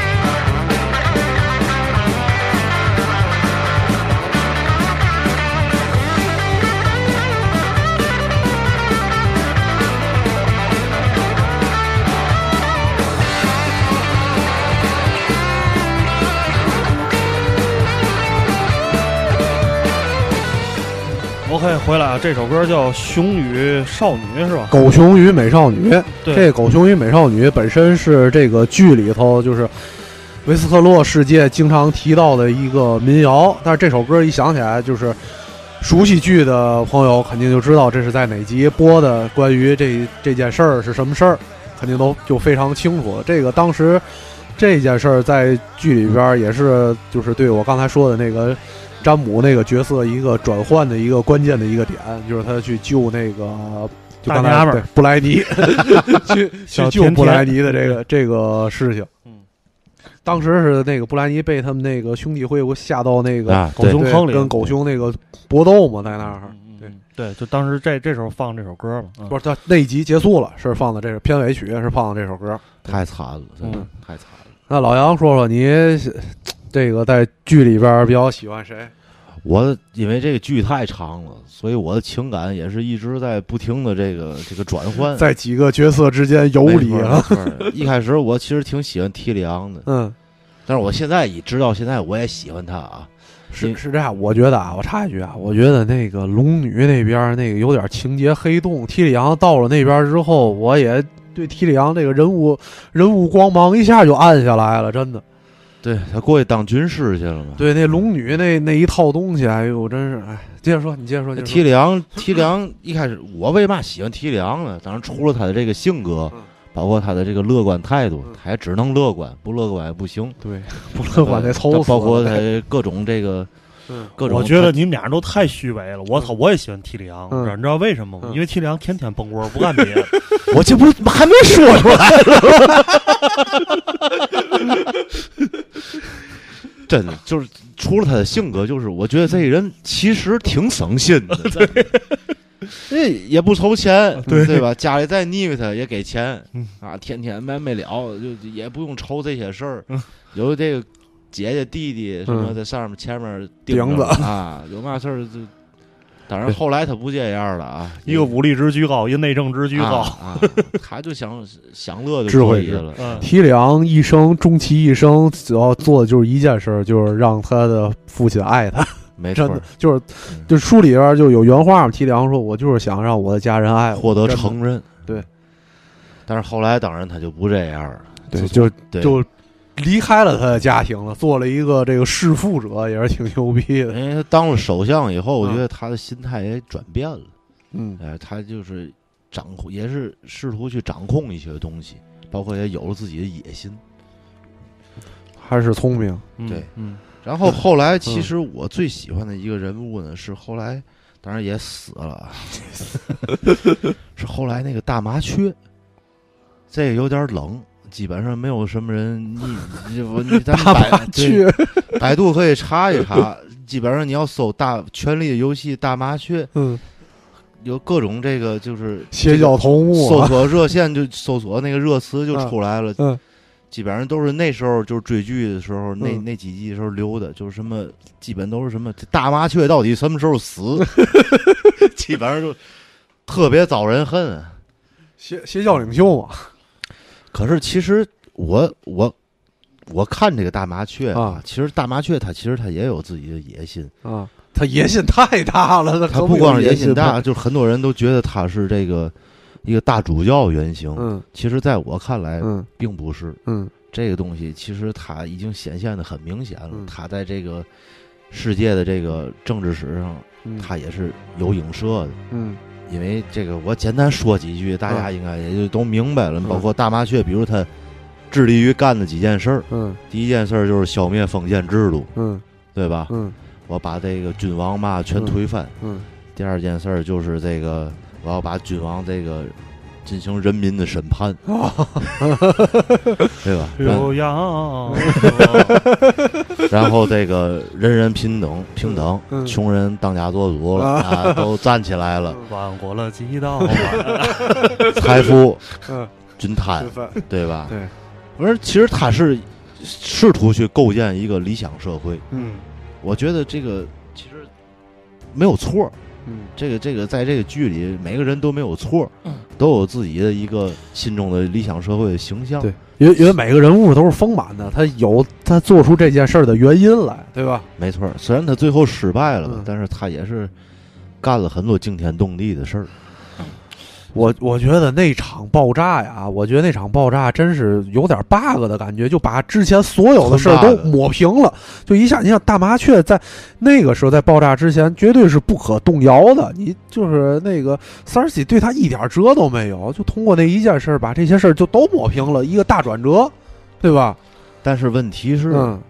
Speaker 1: OK，回来啊，这首歌叫《熊与少女》是吧？
Speaker 2: 狗熊与美少女，
Speaker 1: 对
Speaker 2: 这狗熊与美少女本身是这个剧里头就是维斯特洛世界经常提到的一个民谣，但是这首歌一想起来，就是熟悉剧的朋友肯定就知道这是在哪集播的，关于这这件事儿是什么事儿，肯定都就非常清楚了。这个当时这件事儿在剧里边儿也是就是对我刚才说的那个。詹姆那个角色一个转换的一个关键的一个点，就是他去救那个就
Speaker 1: 大
Speaker 2: 刚
Speaker 1: 娘
Speaker 2: 才
Speaker 1: 们儿
Speaker 2: 对布莱尼， 去去
Speaker 1: 小
Speaker 2: 救
Speaker 1: 甜
Speaker 2: 布莱
Speaker 1: 甜
Speaker 2: 尼的这个这个事情。
Speaker 1: 嗯，
Speaker 2: 当时是那个布莱尼被他们那个兄弟会给我吓到那个
Speaker 3: 啊，
Speaker 1: 狗
Speaker 3: 对
Speaker 1: 熊
Speaker 2: 对
Speaker 1: 坑里
Speaker 2: 跟狗熊那个搏斗嘛，在那儿。
Speaker 1: 嗯
Speaker 2: 对
Speaker 1: 嗯对，就当时这这时候放这首歌嘛，嗯
Speaker 2: 不是他那一集结束了，是放的这是片尾曲，是放的这首歌。
Speaker 3: 太惨了，真的
Speaker 1: 嗯
Speaker 3: 太惨了。
Speaker 2: 那老杨说说你这个在剧里边儿比较喜欢谁？
Speaker 3: 我因为这个剧太长了，所以我的情感也是一直在不停的这个这个转换，
Speaker 2: 在几个角色之间游
Speaker 3: 没
Speaker 2: 离
Speaker 3: 错
Speaker 2: 啊。。
Speaker 3: 没错一开始我其实挺喜欢提里昂的，
Speaker 2: 嗯，
Speaker 3: 但是我现在已知道，现在我也喜欢他啊。
Speaker 2: 是
Speaker 3: 你
Speaker 2: 是这样，我觉得啊，我插一句啊，我觉得那个龙女那边儿那个有点情节黑洞，提里昂到了那边儿之后，我也对提里昂这个人物人物光芒一下就暗下来了，真的。
Speaker 3: 对他过去当军师去了嘛？
Speaker 2: 对，那龙女那那一套东西，哎呦，真是哎，接着说，你接着说，接着
Speaker 3: 提
Speaker 2: 说
Speaker 3: 里昂，提里昂一开始我为嘛喜欢提里昂呢？当然除了他的这个性格
Speaker 2: 嗯，
Speaker 3: 包括他的这个乐观态度
Speaker 2: 嗯，
Speaker 3: 他也只能乐观，不乐观也不行。
Speaker 2: 对，不 乐观那
Speaker 3: 呃
Speaker 2: 抽死，
Speaker 3: 包括他各种这个
Speaker 2: 嗯
Speaker 3: 各种，
Speaker 1: 我觉得你们俩人都太虚伪了。我操，我也喜欢剃里昂，
Speaker 2: 嗯
Speaker 1: 你知道为什么吗？
Speaker 2: 嗯
Speaker 1: 因为剃里昂天天蹦窝，不干别 的。
Speaker 3: 我这不还没说出来了， 真的就是除了他的性格，就是我觉得这人其实挺省心的，真的这也不愁钱，
Speaker 1: 对
Speaker 3: 啊对吧？家里再腻歪他也给钱
Speaker 1: 嗯
Speaker 3: 啊，天天没完没了，就也不用愁这些事儿。有这个姐姐弟弟什么在上面前面
Speaker 2: 顶
Speaker 3: 盯
Speaker 2: 着
Speaker 3: 嗯着啊，有嘛事儿就。当然，后来他不这样了啊，
Speaker 1: 一个武力值居高，一个内政值居高。
Speaker 3: 啊，啊他就想享乐就
Speaker 2: 智
Speaker 3: 可
Speaker 2: 慧
Speaker 3: 以
Speaker 2: 值
Speaker 3: 了。
Speaker 1: 嗯，
Speaker 2: 提里昂一生，终其一生，主要做的就是一件事儿，就是让他的父亲爱他。
Speaker 3: 没错
Speaker 2: 真
Speaker 3: 儿
Speaker 2: 的， 就是
Speaker 3: 嗯，
Speaker 2: 就书里边儿就有原话嘛，提里昂说：“我就是想让我的家人爱我，
Speaker 3: 获得
Speaker 2: 真的
Speaker 3: 承认。
Speaker 2: 对，
Speaker 3: 但是后来当然他就不这样了，
Speaker 2: 对，
Speaker 3: 自
Speaker 2: 就
Speaker 3: 对
Speaker 2: 就离开了他的家庭了，做了一个这个弑父者，也是挺牛逼
Speaker 3: 因
Speaker 2: 的。
Speaker 3: 为他当了首相以后，我
Speaker 2: 嗯
Speaker 3: 觉得他的心态也转变了。
Speaker 2: 嗯，
Speaker 3: 哎，他就是掌控，也是试图去掌控一些东西，包括也有了自己的野心。
Speaker 2: 还是聪明。
Speaker 1: 嗯
Speaker 3: 对，
Speaker 1: 嗯，
Speaker 3: 然后后来，
Speaker 2: 嗯
Speaker 3: 其实我最喜欢的一个人物呢，是后来，当然也死了 啊，是后来那个大麻雀，这个有点冷，基本上没有什么人，你你我你 咱们百
Speaker 2: 去，
Speaker 3: 对百度可以查一查，基本上你要搜大《权力的游戏》大麻雀，
Speaker 2: 嗯，
Speaker 3: 有各种这个就是
Speaker 2: 邪教头目
Speaker 3: 搜
Speaker 2: 啊，
Speaker 3: 索热线就搜索那个热词就出来了，
Speaker 2: 嗯嗯
Speaker 3: 基本上都是那时候就是追剧的时候，那
Speaker 2: 嗯
Speaker 3: 那几季的时候留的，就是什么，基本都是什么这大麻雀到底什么时候死， 基本上就特别招人恨。啊
Speaker 2: 邪邪教领袖嘛。
Speaker 3: 可是其实我我我看这个大麻雀
Speaker 2: 啊
Speaker 3: 其实大麻雀它其实它也有自己的野心，
Speaker 2: 啊，他野心太大了，他
Speaker 3: 它
Speaker 2: 可
Speaker 3: 不光是
Speaker 2: 有野
Speaker 3: 心大，
Speaker 2: 吧，
Speaker 3: 就是很多人都觉得它是这个一个大主教原型，
Speaker 2: 嗯
Speaker 3: 其实在我看来
Speaker 2: 嗯
Speaker 3: 并不是。
Speaker 2: 嗯
Speaker 3: 这个东西其实它已经显现的很明显了，
Speaker 2: 嗯
Speaker 3: 它在这个世界的这个政治史上，
Speaker 2: 嗯，
Speaker 3: 它也是有影射的。
Speaker 2: 嗯
Speaker 3: 因为这个，我简单说几句，大家应该也就都明白了。
Speaker 2: 嗯
Speaker 3: 包括大麻雀，比如他致力于干的几件事儿，
Speaker 2: 嗯
Speaker 3: 第一件事儿就是消灭封建制度，
Speaker 2: 嗯
Speaker 3: 对吧？
Speaker 2: 嗯
Speaker 3: 我把这个君王嘛全推翻。
Speaker 2: 嗯
Speaker 3: 第二件事儿就是这个，我要把君王这个进行人民的审判，
Speaker 2: 啊，
Speaker 3: 对
Speaker 2: 哎
Speaker 3: 吧？让
Speaker 1: 刘洋，啊
Speaker 3: 然后这个人人平等，平等，
Speaker 2: 嗯
Speaker 3: 穷人当家做主了啊，都站起 来了，
Speaker 1: 弯过了几道啊
Speaker 3: 财富
Speaker 2: 嗯，
Speaker 3: 均摊
Speaker 2: 吃，饭
Speaker 3: 对吧？
Speaker 2: 对，
Speaker 3: 我说其实他是试图去构建一个理想社会，
Speaker 1: 嗯，
Speaker 3: 我觉得这个其实没有错儿，
Speaker 2: 嗯
Speaker 3: 这个这个在这个剧里每个人都没有错儿，都有自己的一个心中的理想社会的形象，
Speaker 2: 对，因为因为每个人物都是丰满的，他有他做出这件事儿的原因来，对吧？
Speaker 3: 没错儿。虽然他最后失败了吧，
Speaker 2: 嗯
Speaker 3: 但是他也是干了很多惊天动地的事儿。
Speaker 2: 我我觉得那场爆炸呀，我觉得那场爆炸真是有点 bug 的感觉，就把之前所有的事儿都
Speaker 3: 很 bug
Speaker 2: 抹平了，就一下，你想大麻雀在那个时候在爆炸之前绝对是不可动摇的，你就是那个三儿喜对他一点辙都没有，就通过那一件事儿把这些事儿就都抹平了，一个大转折，对吧？
Speaker 3: 但是问题是，
Speaker 2: 嗯，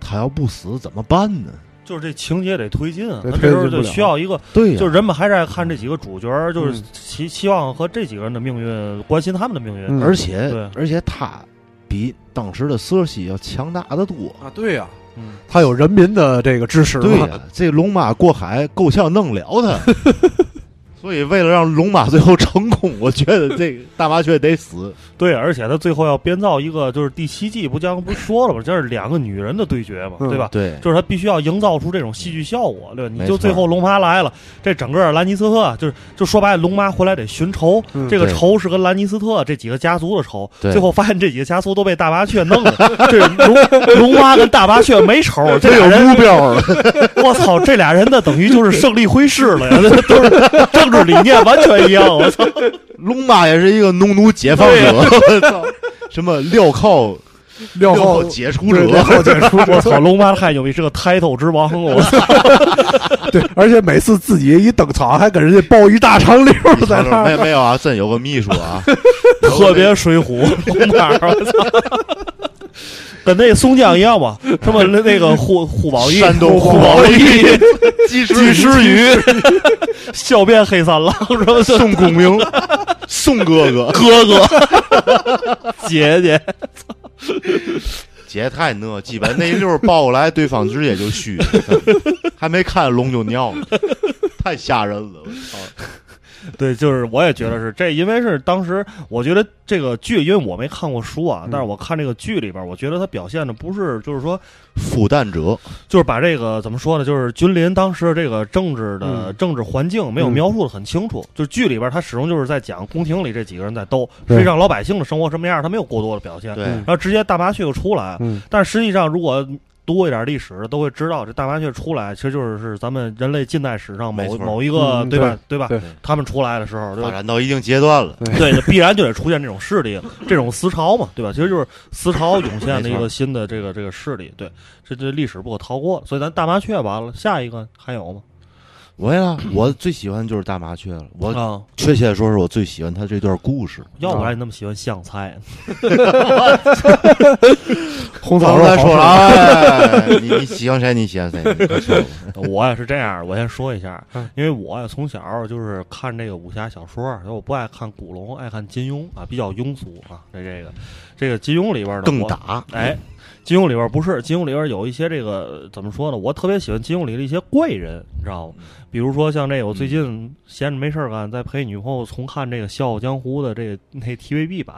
Speaker 3: 他要不死怎么办呢？
Speaker 1: 就是这情节得推进啊，
Speaker 2: 对
Speaker 1: 那这时候
Speaker 2: 推进
Speaker 1: 就
Speaker 2: 不了
Speaker 1: 需要一个，
Speaker 3: 对呀、
Speaker 1: 就是人们还在看这几个主角儿，就是
Speaker 2: 嗯
Speaker 1: 希希望和这几个人的命运，关心他们的命运。
Speaker 2: 嗯
Speaker 3: 而且
Speaker 1: 对
Speaker 3: 而且他比当时的瑟西要强大的多。
Speaker 2: 啊，对呀、
Speaker 1: 嗯
Speaker 2: 他有人民的这个支持嘛，
Speaker 3: 对呀、这龙马过海够呛弄了 他。所以，为了让龙马最后成功，我觉得这个大麻雀得死。
Speaker 1: 对，而且他最后要编造一个，就是第七季不将不是说了吗？这是两个女人的对决嘛，
Speaker 2: 嗯
Speaker 1: 对吧？
Speaker 3: 对，
Speaker 1: 就是他必须要营造出这种戏剧效果，对吧？你
Speaker 3: 没错
Speaker 1: 就最后龙妈来了，这整个兰尼斯特啊就是就说白了，龙妈回来得寻仇，
Speaker 2: 嗯
Speaker 1: 这个
Speaker 3: 对
Speaker 1: 仇是跟兰尼斯特这几个家族的仇，
Speaker 3: 对
Speaker 1: 最后发现这几个家族都被大麻雀弄了， 这龙龙妈跟大麻雀没仇， 这俩人
Speaker 3: 目标 了。
Speaker 1: 我操，这俩人那等于就是胜利会师了呀，这都是政治理念完全一样，我 操，
Speaker 3: 龙马也是一个农奴解放者，我操， 什么镣铐
Speaker 2: 廖
Speaker 3: 镣铐
Speaker 2: 浩
Speaker 3: 解除
Speaker 2: 对
Speaker 3: 者
Speaker 2: 廖，浩解除
Speaker 1: 我
Speaker 2: 者，
Speaker 1: 操，龙妈太牛逼，是个 title 之王，我操，
Speaker 2: 对，而且每次自己一登场还给人家爆一大长溜儿在那
Speaker 3: 没
Speaker 2: 儿，
Speaker 3: 没有啊，真有个秘书 啊，
Speaker 1: 特别水浒，龙妈，我操。 跟那宋江一样吧，什么那个护护宝义，
Speaker 3: 山东
Speaker 1: 护
Speaker 3: 护
Speaker 1: 宝
Speaker 3: 宝
Speaker 1: 义，
Speaker 3: 义，及
Speaker 1: 及时
Speaker 3: 时雨，
Speaker 1: 笑遍黑三郎，什么
Speaker 3: 宋公明，宋哥哥，
Speaker 1: 哥哥、姐姐，
Speaker 3: 姐太讷，基本那一溜儿抱过来，对方直接就虚了，还没看龙就尿了，太吓人了，我操！
Speaker 1: 对，就是我也觉得是这，因为是当时我觉得这个剧，因为我没看过书啊，
Speaker 3: 嗯
Speaker 1: 但是我看这个剧里边，我觉得他表现的不是，就是说，
Speaker 3: 孵蛋者，
Speaker 1: 就是把这个怎么说呢，就是君临当时这个政治的
Speaker 2: 嗯
Speaker 1: 政治环境没有
Speaker 2: 嗯
Speaker 1: 描述的很清楚，就是剧里边他始终就是在讲宫廷里这几个人在斗，
Speaker 2: 对
Speaker 1: 实际上老百姓的生活什么样，他没有过多的表现，
Speaker 3: 对
Speaker 1: 然后直接大麻雀就出来，
Speaker 2: 嗯，
Speaker 1: 但实际上，如果读过一点历史，都会知道这大麻雀出来，其实就是是咱们人类近代史上
Speaker 3: 没
Speaker 1: 某
Speaker 3: 错
Speaker 1: 某一个，
Speaker 2: 嗯
Speaker 1: 对吧？对吧？
Speaker 2: 对
Speaker 1: 他们出来的时候，对
Speaker 3: 发
Speaker 1: 吧？
Speaker 3: 展到一定阶段了，
Speaker 1: 对，必然就得出现这种势力，这种思潮嘛，对吧？其实就是思潮涌现的一
Speaker 3: 没
Speaker 1: 个
Speaker 3: 错
Speaker 1: 新的这个这个势力，对，这这历史不可逃过。所以咱大麻雀完了，下一个还有吗？
Speaker 3: 我呀，我最喜欢就是大麻雀了，我
Speaker 1: 啊，
Speaker 3: 确切说是我最喜欢他这段故事。
Speaker 1: 要不然你那么喜欢香菜，
Speaker 2: 红枣
Speaker 3: 早
Speaker 2: 肉
Speaker 3: 再
Speaker 2: 好
Speaker 3: 说了，
Speaker 2: 吃，
Speaker 3: 哎，你你喜欢谁？你喜欢谁？你快说吧
Speaker 1: 我也是这样，我先说一下
Speaker 2: 嗯，
Speaker 1: 因为我呀从小就是看这个武侠小说，然后我不爱看古龙，爱看金庸啊，比较庸俗啊。这这个这个金庸里边呢，
Speaker 3: 更
Speaker 1: 我
Speaker 3: 打，
Speaker 1: 哎，金庸里边儿不是，金庸里边儿有一些这个呃怎么说呢？我特别喜欢金庸里的一些怪人，你知道吗？比如说像这个，我最
Speaker 3: 嗯
Speaker 1: 近闲着没事儿干，在陪女朋友重看这个《笑傲江湖》的这个那 TVB 版，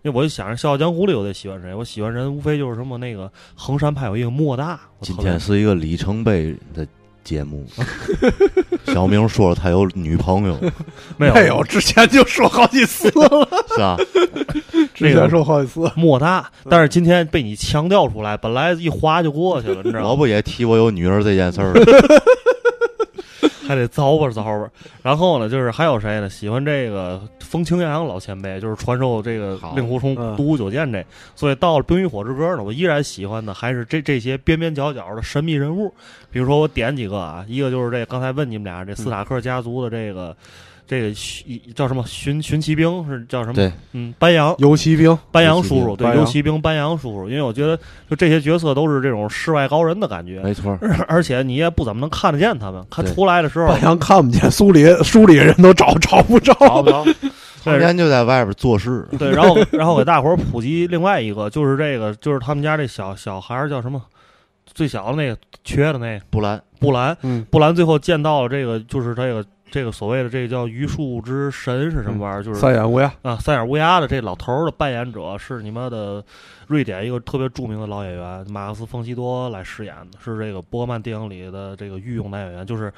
Speaker 1: 那我就想着《笑傲江湖》里我得喜欢谁？我喜欢人无非就是什么那个衡山派有一个莫大，我
Speaker 3: 今
Speaker 1: 特别
Speaker 3: 天是一个里程碑的节目。小明说了他有女朋友，
Speaker 1: 没有
Speaker 2: 没有，之前就说好几 次了，
Speaker 3: 是吧？
Speaker 2: 之前说好几次，
Speaker 1: 莫大，但是今天被你强调出来，本来一划就过去了，你知道吗
Speaker 3: 我？不也提我有女儿这件事儿吗？
Speaker 1: 还得糟吧糟吧。然后呢，就是还有谁呢？喜欢这个风清扬老前辈，就是传授这个
Speaker 3: 好
Speaker 1: 令狐冲
Speaker 2: 嗯
Speaker 1: 独孤九剑这。所以到了《冰与火之歌》呢，我依然喜欢的还是这这些边边角角的神秘人物。比如说，我点几个啊，一个就是这刚才问你们俩这斯塔克家族的这个。这个巡叫什么？巡巡骑兵是叫什么？
Speaker 3: 对，
Speaker 1: 嗯，班扬，
Speaker 2: 游骑兵，
Speaker 1: 班扬
Speaker 3: 游骑
Speaker 1: 叔
Speaker 3: 兵
Speaker 1: 叔，对，
Speaker 2: 班
Speaker 1: 游
Speaker 2: 扬
Speaker 1: 骑兵班扬叔叔，因为我觉得就这些角色都是这种世外高人的感觉，
Speaker 3: 没错儿，
Speaker 1: 而且你也不怎么能看得见他们，看
Speaker 3: 哎对
Speaker 1: 出来的时候，
Speaker 2: 白羊看不见，苏里书里人都找 找不着，
Speaker 1: 好不好？
Speaker 3: 常年就在外边做事。
Speaker 1: 对，然后然后给大伙儿普及另外一个，就是这个，就是他们家这小小孩儿叫什么？最小的那个瘸的那个
Speaker 3: 布兰，
Speaker 1: 布兰，
Speaker 2: 嗯，
Speaker 1: 布兰最后见到了这个，就是这个这个所谓的这个叫榆树之神是什么玩意儿？就是
Speaker 2: 三眼乌鸦，
Speaker 1: 啊，三眼乌鸦的这老头儿的扮演者是你妈的瑞典一个特别著名的老演员马克思·冯西多来饰演的，是这个波曼电影里的这个御用男演员，就是《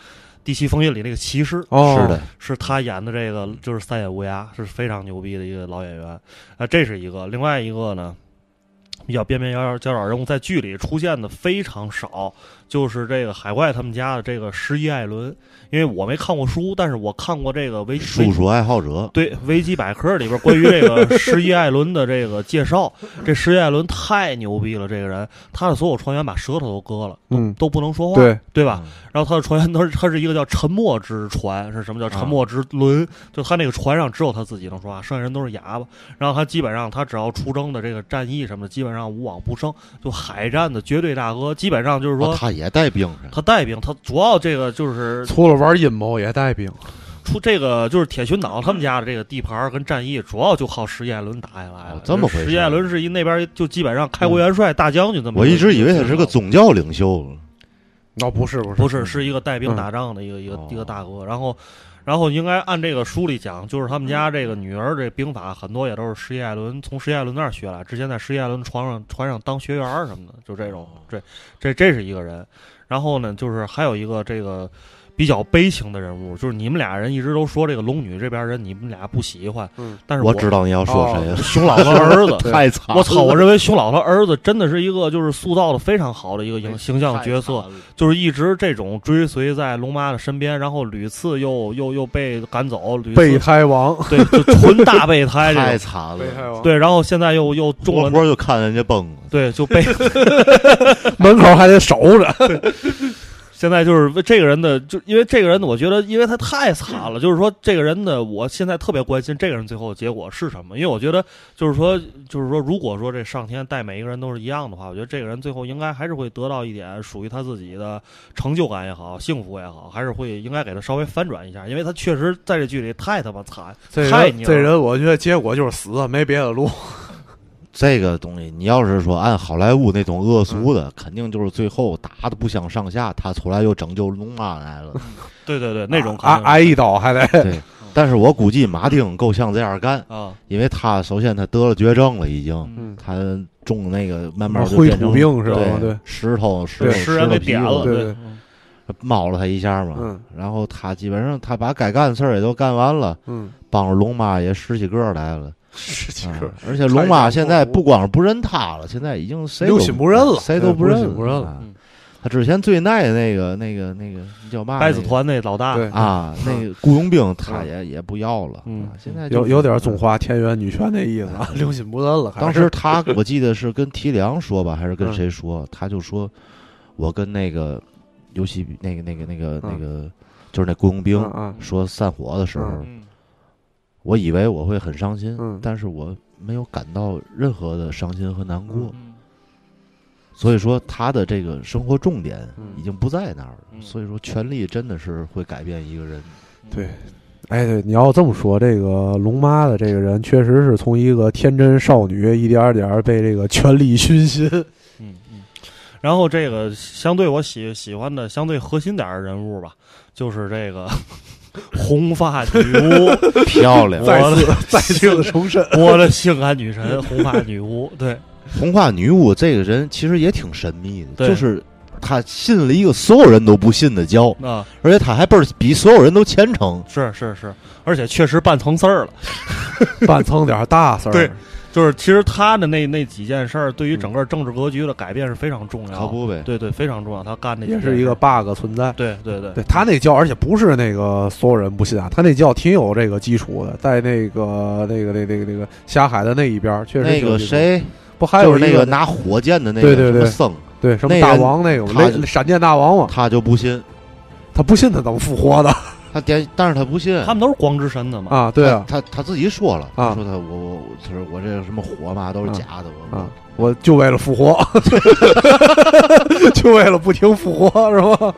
Speaker 1: 第七封印》里那个骑士。
Speaker 2: 哦，
Speaker 3: 是的，
Speaker 1: 是他演的这个就是呃三眼乌鸦，是非常牛逼的一个老演员啊、这是一个。另外一个呢，比较边边角角角角人物在剧里出现的非常少，就是这个海怪他们家的这个十一艾伦，因为我没看过书，但是我看过这个维维
Speaker 3: 数数爱好者，
Speaker 1: 对维基百科里边关于这个十一艾伦的这个介绍，这十一艾伦太牛逼了，这个人他的所有船员把舌头都割了，
Speaker 2: 嗯，
Speaker 1: 都不能说话，
Speaker 2: 对，
Speaker 1: 对
Speaker 3: 嗯
Speaker 1: 吧？然后他的船员都是他是一个叫沉默之船，是什么叫沉默之轮？就他那个船上只有他自己能说话，剩下人都是哑巴。然后他基本上他只要出征的这个战役什么的，基本上无往不胜，就海战的绝对大哥，基本上就是说。
Speaker 3: 啊他也带病人，
Speaker 1: 他带兵，他主要这个就是
Speaker 2: 除了玩阴谋也带兵，
Speaker 1: 出这个就是铁群岛他们家的这个地盘儿跟战役，主要就靠石叶伦打下来了
Speaker 3: 哦。这么回事
Speaker 1: 石叶伦是一那边儿就基本上开国元帅、大将军这么。
Speaker 3: 我一直以为他是个，宗教领袖，
Speaker 2: 哦，不是不
Speaker 1: 不
Speaker 3: 嗯
Speaker 1: 是，是一个带兵打仗的一个、一
Speaker 3: 哦
Speaker 1: 个一个大哥。然后，然后应该按这个书里讲，就是他们家这个女儿这兵法很多也都是石叶伦从石叶伦那儿学来，之前在石叶伦船上船上当学员儿什么的，就这种。
Speaker 3: 哦
Speaker 1: 这这这是一个人。然后呢，就是还有一个这个。比较悲情的人物，就是你们俩人一直都说这个龙女这边人你们俩不喜欢，
Speaker 2: 嗯
Speaker 1: 但是
Speaker 3: 我知道你啊要说谁了，。
Speaker 1: 熊老的儿子
Speaker 3: 太惨了，
Speaker 1: 我操！我认为熊老的儿子真的是一个就是塑造的非常好的一个形形象角色，就是一直这种追随在龙妈的身边，然后屡次又又又被赶走，屡
Speaker 2: 备
Speaker 1: 次
Speaker 2: 胎王，
Speaker 1: 对 就纯大备胎这
Speaker 3: 太
Speaker 1: 种，
Speaker 3: 惨
Speaker 2: 备胎
Speaker 3: 了，
Speaker 2: 王，
Speaker 1: 对，然后现在又又中
Speaker 3: 活
Speaker 1: 了
Speaker 3: 活就看人家崩了。
Speaker 1: 对就被
Speaker 2: 门口还得守着，
Speaker 1: 现在就是为这个人的，就因为这个人，我觉得因为他太惨了，就是说这个人的，我现在特别关心这个人最后的结果是什么，因为我觉得就是说，就是说，如果说这上天待每一个人都是一样的话，我觉得这个人最后应该还是会得到一点属于他自己的成就感也好，幸福也好，还是会应该给他稍微翻转一下，因为他确实在这剧里太他妈惨，
Speaker 2: 这
Speaker 1: 太
Speaker 2: 人
Speaker 1: 牛了
Speaker 2: 这人，我觉得结果就是死，没别的路，
Speaker 3: 这个东西，你要是说按好莱坞那种恶俗的，肯定就是最后打的不相上下，他出来又拯救龙妈来 了。
Speaker 1: 对对对，那种啊
Speaker 2: 挨
Speaker 1: 感觉
Speaker 2: 挨一刀还得
Speaker 3: 对，但是我估计马丁够像这样干，
Speaker 1: 啊，
Speaker 3: 因为他首先他得了绝症了，已经，
Speaker 1: 嗯，
Speaker 3: 他中那个慢慢就
Speaker 2: 灰
Speaker 3: 变
Speaker 2: 土
Speaker 3: 成
Speaker 2: 病是吧？
Speaker 3: 对
Speaker 2: 对，
Speaker 3: 石头石头
Speaker 2: 对
Speaker 1: 诗人给点了，
Speaker 2: 对
Speaker 1: 对
Speaker 2: 对
Speaker 1: 嗯
Speaker 3: 猫了他一下嘛。
Speaker 2: 嗯
Speaker 3: 然后他基本上他把该干的事儿也都干完了，
Speaker 2: 嗯，
Speaker 3: 帮着龙妈也拾起个儿来了。
Speaker 2: 是
Speaker 3: 啊
Speaker 2: 是，
Speaker 3: 而且龙妈现在不光是不认他了，现在已经谁都
Speaker 2: 六亲不认了
Speaker 3: 谁都不
Speaker 2: 六
Speaker 3: 认
Speaker 2: 亲不认了
Speaker 3: 了。啊
Speaker 1: 嗯
Speaker 3: 他之前最耐的那个、那个、那个那叫嘛？
Speaker 1: 白子团那老大，
Speaker 2: 对
Speaker 3: 啊，
Speaker 2: 嗯
Speaker 3: 那个雇佣兵他也也不要了。
Speaker 1: 嗯
Speaker 3: 啊现在就
Speaker 2: 有
Speaker 3: 是
Speaker 2: 有点中。华田园女权那意思啊，六亲不认了。还
Speaker 3: 当时他我记得是跟提良说吧，还是跟
Speaker 2: 嗯
Speaker 3: 谁说？他就说，我跟那个游戏那个那个那个那
Speaker 2: 嗯
Speaker 3: 个就是那雇佣兵
Speaker 2: 啊
Speaker 3: 说散伙的时候，
Speaker 1: 嗯，
Speaker 3: 我以为我会很伤心
Speaker 2: 嗯，
Speaker 3: 但是我没有感到任何的伤心和难过。
Speaker 1: 嗯
Speaker 3: 所以说他的这个生活重点
Speaker 2: 嗯
Speaker 3: 已经不在那儿了。
Speaker 1: 嗯
Speaker 3: 所以说权力真的是会改变一个 人。
Speaker 2: 对，哎，对，你要这么说，这个龙妈的这个人，确实是从一个天真少女，一点儿点儿被这个权力熏心。
Speaker 1: 嗯，嗯，然后这个相对我喜喜欢的相对核心点儿的人物吧，就是这个 红发女巫，
Speaker 3: 漂亮
Speaker 1: 在
Speaker 2: 再次 再次重申，
Speaker 1: 我的性感女神红发女巫。 对，
Speaker 3: 红发女巫这个人其实也挺神秘的，
Speaker 1: 对
Speaker 3: 就是她信了一个所有人都不信的教，
Speaker 1: 啊，
Speaker 3: 而且她还倍儿比所有人都虔诚。
Speaker 1: 是是是，而且确实办成事儿了。
Speaker 2: 办成点儿大事儿。
Speaker 1: 对就是其实他的那那几件事儿，
Speaker 2: 嗯
Speaker 1: 对于整个政治格局的改变是非常重要
Speaker 3: 可
Speaker 1: 的。
Speaker 3: 不呗，
Speaker 1: 对对，非常重要。他干的
Speaker 2: 也是一个 bug 存在。
Speaker 1: 对对对
Speaker 2: 对他那教，而且不是那个所有人不信啊，他那教挺有这个基础的，在那个那个那那个那个霞海的那一边儿，确实
Speaker 3: 那
Speaker 2: 挺有
Speaker 3: 个
Speaker 2: 基础，
Speaker 3: 谁，
Speaker 2: 不还有
Speaker 3: 就是
Speaker 2: 一
Speaker 3: 那个拿火箭的那
Speaker 2: 对对
Speaker 3: 个什么
Speaker 2: 对
Speaker 3: 僧，
Speaker 2: 对什么
Speaker 3: 那个
Speaker 2: 大王那个
Speaker 3: 他
Speaker 2: 嘛，雷闪电大王嘛，
Speaker 3: 他就不信，
Speaker 2: 他不信他怎么复活的
Speaker 3: 他点，但是他不信，
Speaker 1: 他们都是光之神的嘛。
Speaker 2: 啊？对啊，
Speaker 3: 他他他自己说了，
Speaker 2: 啊
Speaker 3: 他说他我我我他说我这个什么火嘛都是假的，我
Speaker 2: 啊，我就为了复活， 就为了不停复活是吧？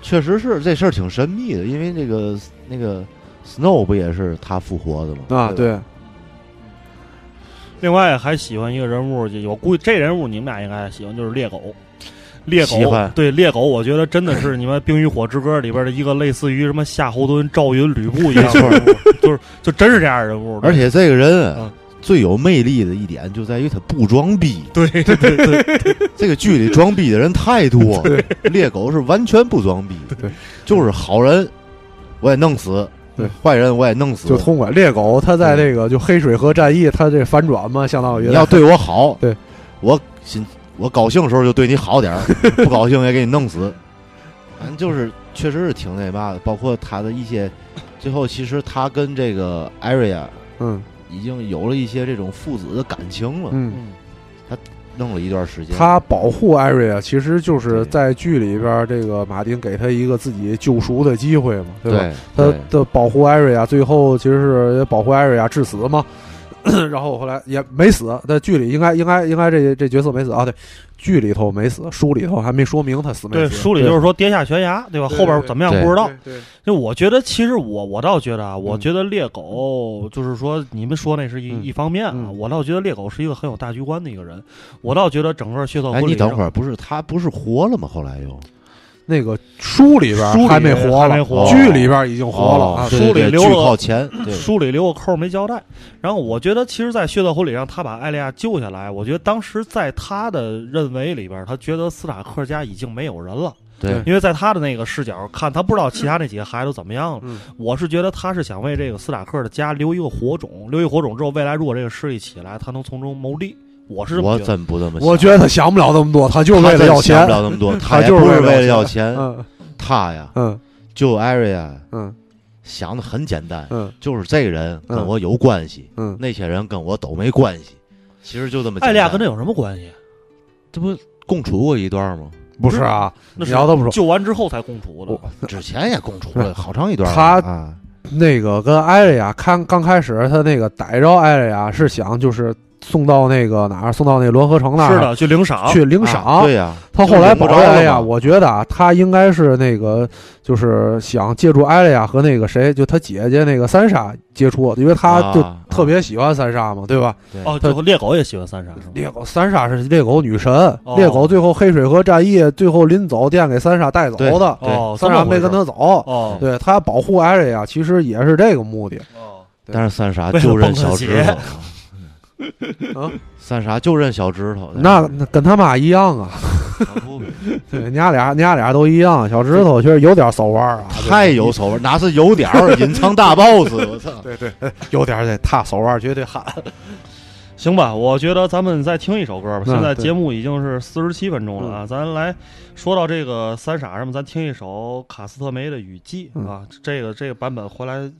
Speaker 3: 确实是这事儿挺神秘的，因为那个那个 Snow 不也是他复活的吗？
Speaker 2: 啊，
Speaker 3: 对吧，
Speaker 2: 对，
Speaker 1: 另外还喜欢一个人物，我估计这人物你们俩应该喜欢，就是猎狗。猎狗
Speaker 3: 喜欢
Speaker 1: 对猎狗，我觉得真的是你们《冰与火之歌》里边的一个类似于什么夏侯惇、赵云、吕布一样的人物，就是就真是这样的人物。
Speaker 3: 而且这个人
Speaker 1: 嗯
Speaker 3: 啊最有魅力的一点就在于他不装逼。
Speaker 1: 对对对对
Speaker 3: 这个剧里装逼的人太多，猎狗是完全不装逼，
Speaker 2: 对，
Speaker 3: 就是好人我也弄死，
Speaker 2: 对，
Speaker 3: 坏人我也弄死，
Speaker 2: 就痛快。猎狗他在这个就黑水河战役，他这反转嘛，相当于嗯
Speaker 3: 你要对我好，
Speaker 2: 对，
Speaker 3: 我心我高兴的时候就对你 好点儿，不高兴也给你弄死。反正就是确实是挺那嘛的，包括他的一些，最后其实他跟这个 Area
Speaker 2: 嗯
Speaker 3: 已经有了一些这种父子的感情了，
Speaker 2: 嗯，
Speaker 1: 嗯，
Speaker 3: 弄了一段时间。
Speaker 2: 他保护艾瑞啊，其实就是
Speaker 3: 对
Speaker 2: 在剧里边儿，这个马丁给他一个自己救赎的机会嘛，对吧？
Speaker 3: 对
Speaker 2: 他
Speaker 3: 对
Speaker 2: 的保护艾瑞亚，最后其实是保护艾瑞亚致死嘛。 然后后来也没死，在剧里应该应该应该这这角色没死啊，对，剧里头没死，书里头还没说明他死没
Speaker 1: 对，
Speaker 2: 死。
Speaker 1: 书里就是说跌下悬崖，对吧？
Speaker 2: 对
Speaker 1: 后边怎么样
Speaker 3: 对
Speaker 1: 不知道。
Speaker 2: 对对
Speaker 1: 就我觉得，其实我我倒觉得啊，我
Speaker 2: 嗯
Speaker 1: 觉得猎狗就是说，你们说那是一、
Speaker 2: 嗯
Speaker 1: 一方面啊，
Speaker 2: 嗯
Speaker 1: 我倒觉得猎狗是一个很有大局观的一个人。我倒觉得整个血色
Speaker 3: 哎，
Speaker 1: 婚礼
Speaker 3: 你
Speaker 1: 上，
Speaker 3: 等会儿，不是他不是活了吗？后来又
Speaker 2: 那个书里边
Speaker 1: 书里
Speaker 2: 还没活
Speaker 1: 还没
Speaker 2: 了，
Speaker 1: 活
Speaker 2: 剧里边已经活了啊
Speaker 3: 哦。对对
Speaker 1: 书里
Speaker 3: 对
Speaker 1: 留
Speaker 3: 巨
Speaker 1: 了
Speaker 3: 靠前，对
Speaker 1: 书里留个扣儿没交代。然后我觉得，其实，在血色婚礼上，他把艾莉亚救下来，我觉得当时在他的认为里边，他觉得斯塔克家已经没有人了，
Speaker 3: 对
Speaker 1: 因为在他的那个视角看，他不知道其他那几个孩子怎么样了。
Speaker 2: 嗯
Speaker 1: 我是觉得他是想为这个斯塔克的家留一个火种，留一个火种之后，未来如果这个势力起来，他能从中谋利。我是这么
Speaker 3: 我
Speaker 1: 觉得。
Speaker 3: 真不这么想，
Speaker 2: 我觉得想不了那么多，他就是为了要
Speaker 3: 他真想
Speaker 2: 钱
Speaker 3: 不。了那么 多，
Speaker 2: 他
Speaker 3: 也
Speaker 2: 就是
Speaker 3: 不是
Speaker 2: 为
Speaker 3: 为
Speaker 2: 了
Speaker 3: 了
Speaker 2: 要
Speaker 3: 要钱，
Speaker 2: 嗯
Speaker 3: 他呀
Speaker 2: 嗯
Speaker 3: 救艾瑞啊，
Speaker 2: 嗯
Speaker 3: 想的很简单，
Speaker 2: 嗯
Speaker 3: 就是这个人
Speaker 2: 嗯
Speaker 3: 跟我有关系，
Speaker 2: 嗯，
Speaker 3: 那些人跟我都没关系，其实就这么简单。
Speaker 1: 艾利哎亚跟这有什么关系？
Speaker 3: 这不共处过一段吗？
Speaker 2: 不是啊，
Speaker 1: 那
Speaker 2: 你
Speaker 1: 是
Speaker 2: 要这么说，
Speaker 1: 救完之后才共处的。
Speaker 3: 之前也共处 了好长一段了。
Speaker 2: 他
Speaker 3: 啊
Speaker 2: 那个跟艾瑞亚看刚开始，他那个逮着艾瑞亚是想就是送到那个哪儿，送到那个滦河城那
Speaker 1: 是
Speaker 2: 儿
Speaker 1: 的，去领赏。
Speaker 2: 去领赏。
Speaker 3: 啊对呀，
Speaker 2: 他后来
Speaker 3: 就
Speaker 2: 保
Speaker 3: 领
Speaker 2: 着
Speaker 3: 不着了
Speaker 2: 艾瑞亚，
Speaker 3: 嘛
Speaker 2: 我觉得啊，他应该是那个就是想借助艾瑞亚和那个谁，就他姐姐那个三莎接触，因为他就
Speaker 3: 啊
Speaker 2: 特别喜欢三莎嘛，对吧？
Speaker 3: 对
Speaker 1: 哦，最后猎狗也喜欢三傻是吗？
Speaker 2: 猎狗三莎是猎狗女神，哦猎狗最后黑水河战役最后临走电给三莎带走的，
Speaker 3: 对
Speaker 1: 哦，
Speaker 2: 三莎没跟他走，
Speaker 1: 哦，
Speaker 2: 对他保护艾瑞亚其实也是这个目的。
Speaker 1: 哦，
Speaker 3: 但是三傻
Speaker 1: 为了
Speaker 3: 就认
Speaker 1: 蹦个
Speaker 3: 小
Speaker 1: 鞋
Speaker 3: 指头。嗯
Speaker 2: 啊，
Speaker 3: 三傻就认小指头，
Speaker 2: 那那跟他妈一样啊，对，你俩俩你俩都一样，小指头确实有点骚腕儿啊，
Speaker 3: 太有手腕，哪是有点儿隐藏大 boss，我操！
Speaker 2: 对对，对有点儿得踏手腕儿，绝对汗。
Speaker 1: 行吧，我觉得咱们再听一首歌吧。
Speaker 2: 嗯
Speaker 1: 现在
Speaker 2: 对嗯
Speaker 1: 节目已经是四十七分钟了啊，咱来说到这个三傻什么，咱听一首卡斯特梅的《雨季》
Speaker 2: 嗯
Speaker 1: 啊，这个这个版本回来。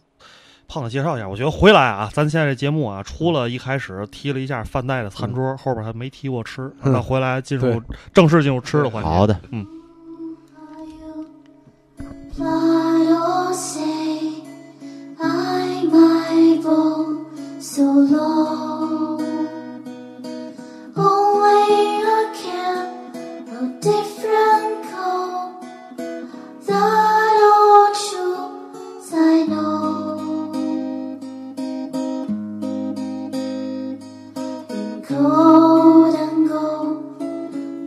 Speaker 1: 胖子介绍一下，我觉得回来啊，咱现在这节目啊，除了一开始提了一下饭袋的餐桌，后边还没提过吃，
Speaker 2: 嗯
Speaker 1: 那回来进入
Speaker 2: 对
Speaker 1: 正式进入吃的环节。
Speaker 2: 嗯
Speaker 3: 好的，
Speaker 5: Fly or stay, I might go so low. Only look at a different call that all truths I know. In cold and gold,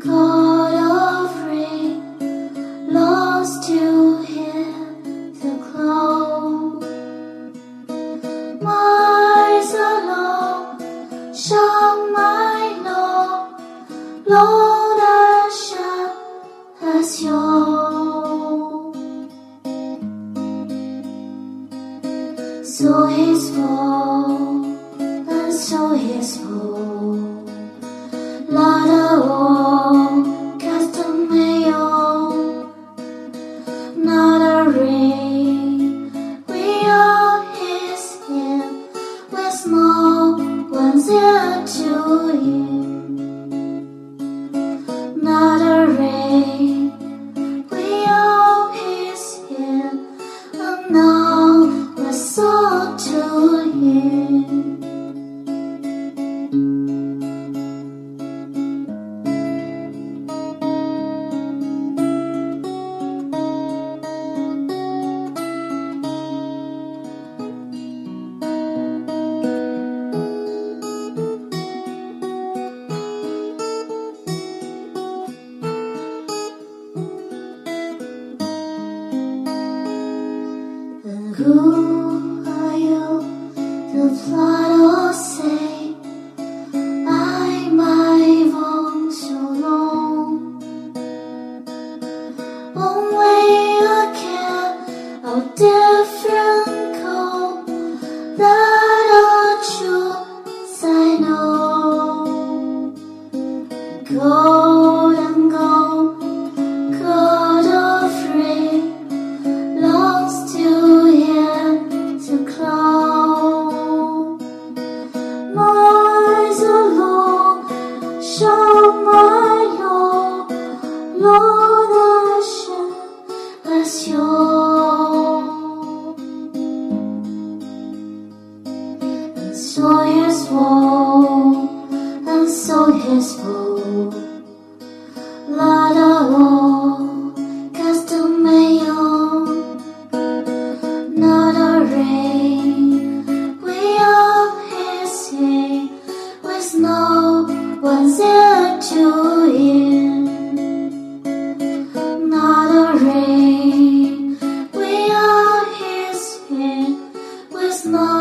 Speaker 5: God of rain lost to hear the cloud. Mars alone shall my love, Lord, as sharp as you. So his fall, and so his fall. Lada wall, cast a mayo not a ring. We are his hand, we're small ones yet to him. Not a ring. We are his hand, and now we're sold to him. And who are you to plot or say? I my wrong so long. Only a cat of different call that are true I know. Gold and gold, gold or free, lost to him to cloud. Mars alone, shone my lord, Lord Ashen, as your and saw his wall, and saw his bow. Lada wall, cast a mayon, not a rain. We are his hay, with no one's ear to hear. Not a rain, we are his hay, with no